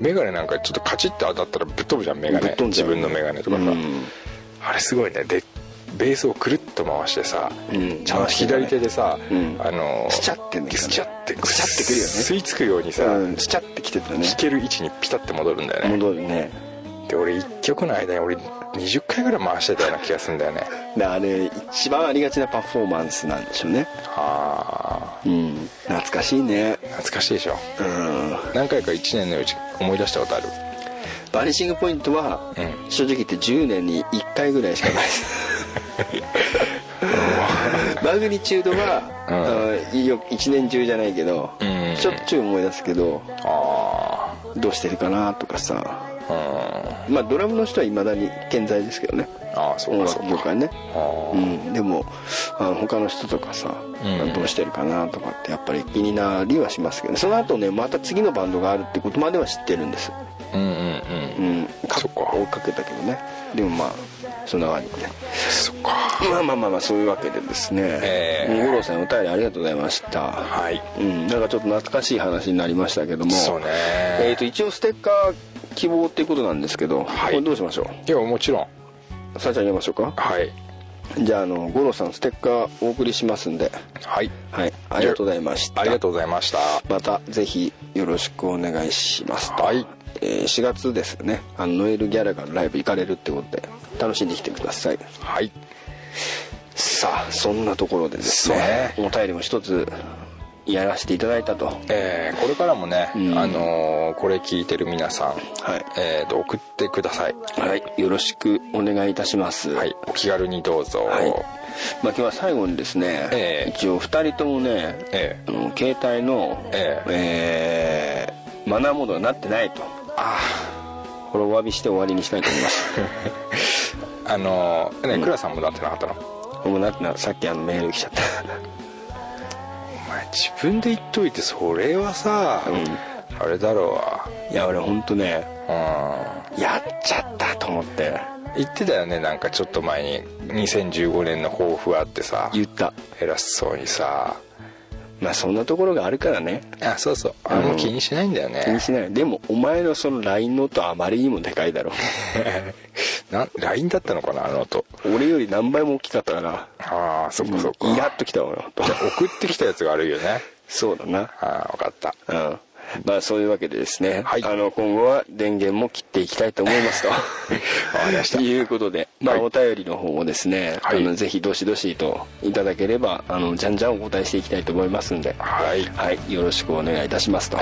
メガネなんかちょっとカチッて当たったらぶっ飛ぶじゃんメガ
ぶっ
ネ
飛んじ
自
ゃう
分のメガネとかさ、
うん
あれすごいねでベースをくるっと回してさ、
うん
ちゃんと左手でさ、
うん
あの
スチャってね
スチャって
スチャってくるよね
吸い付くようにさ、
うんちっちゃってきてたね
弾ける位置にピタッて戻るんだよね、
戻るね
で俺1曲の間に俺20回ぐらい回してたような気がするんだよね
であれ一番ありがちなパフォーマンスなんでしょうね
あ
うん懐かしいね
ー懐かしいでしょ
うん
何回か1年のうち思い出したことある
バニシングポイントは、
う
正直言って10年に1回ぐらいしか
*laughs*
ないですマグニチュードは、あのいいよ一年中じゃないけど、
うん
しょっちゅう思い出すけど
あ
どうしてるかなとかさ
うんあ
まあドラムの人はいまだに健在ですけどね
あそう
音
かそ
楽
う
業
か
界ね
ああ
うん、でもあの他の人とかさ、
うん
どうしてるかなとかってやっぱり気になりはしますけどねその後ねまた次のバンドがあるってことまでは知ってるんです、
うんうん
う
うん
ん、
そっか
追っかけたけどねでもまあそんな感じでね
そっか
*laughs* まあまあまあまあそういうわけでですね、
ええ
五郎さんお便りありがとうございましたは
はい
うん、なんかちょっと懐かしい話になりましたけども
そうね
えー、と一応ステッカー希望っていうことなんですけど、
はい
これどうしましょ
いやもちろん
うさあちゃん入れましょうか
はい
じゃああの五郎さんステッカーお送りしますんで
はい
はい、ありがとうございました。
ありがとうございました
またぜひよろしくお願いしますと。
はい
えー4月ですね。あのノエルギャラガーのライブ行かれるってことで楽しんできてください。
はい
さあそんなところでですね。お便りも一つやらせていただいたと。は
えーこれからもね、
ん
あのーこれ聞いてる皆さん、えー、と送ってください
い、はい、よろしくお願いいたします。
はいお気軽にどうぞ
はい。まあ今日は最後にですね、
ええ
一応二人ともね、
ええ
あの携帯の、
え
えーマナーモードになってないと。
あ
これお詫びして終わりにしたいと思います。 *laughs*
ああのーね倉さんもなってなかったの、
もうななさっきあのメール来ちゃった *laughs*
お前自分で言っといてそれはさ、あれだろ
いや俺本当ね
うわ
やっちゃったと思って
うん言ってたよねなんかちょっと前に2015年の抱負あってさ
言った
偉そうにさ
まあそんなところがあるからね
あそうそうあれも気にしないんだよ
気に
ね、
しないでもお前のその LINE の音あまりにもでかい *laughs* だろ
な LINE だったのかなあの音
俺より何倍も大きかったから
ああそっかそっか
イラッときたわ *laughs* よと
じゃあ送ってきたやつが悪いよね
そうだな
ああ分かった
うんまあそういうわけでですね、
はい
あの今後は電源も切っていきたいと思います
*laughs*
と
わかりました
いうことで、まあ、
はい
お便りの方もですね、
はい
あのぜひどしどしといただければあのじゃんじゃんお答えしていきたいと思いますんで
はい
はい、よろしくお願いいたしますと、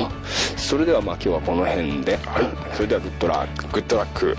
それではまあ今日はこの辺で、それではグッドラック
グッドラック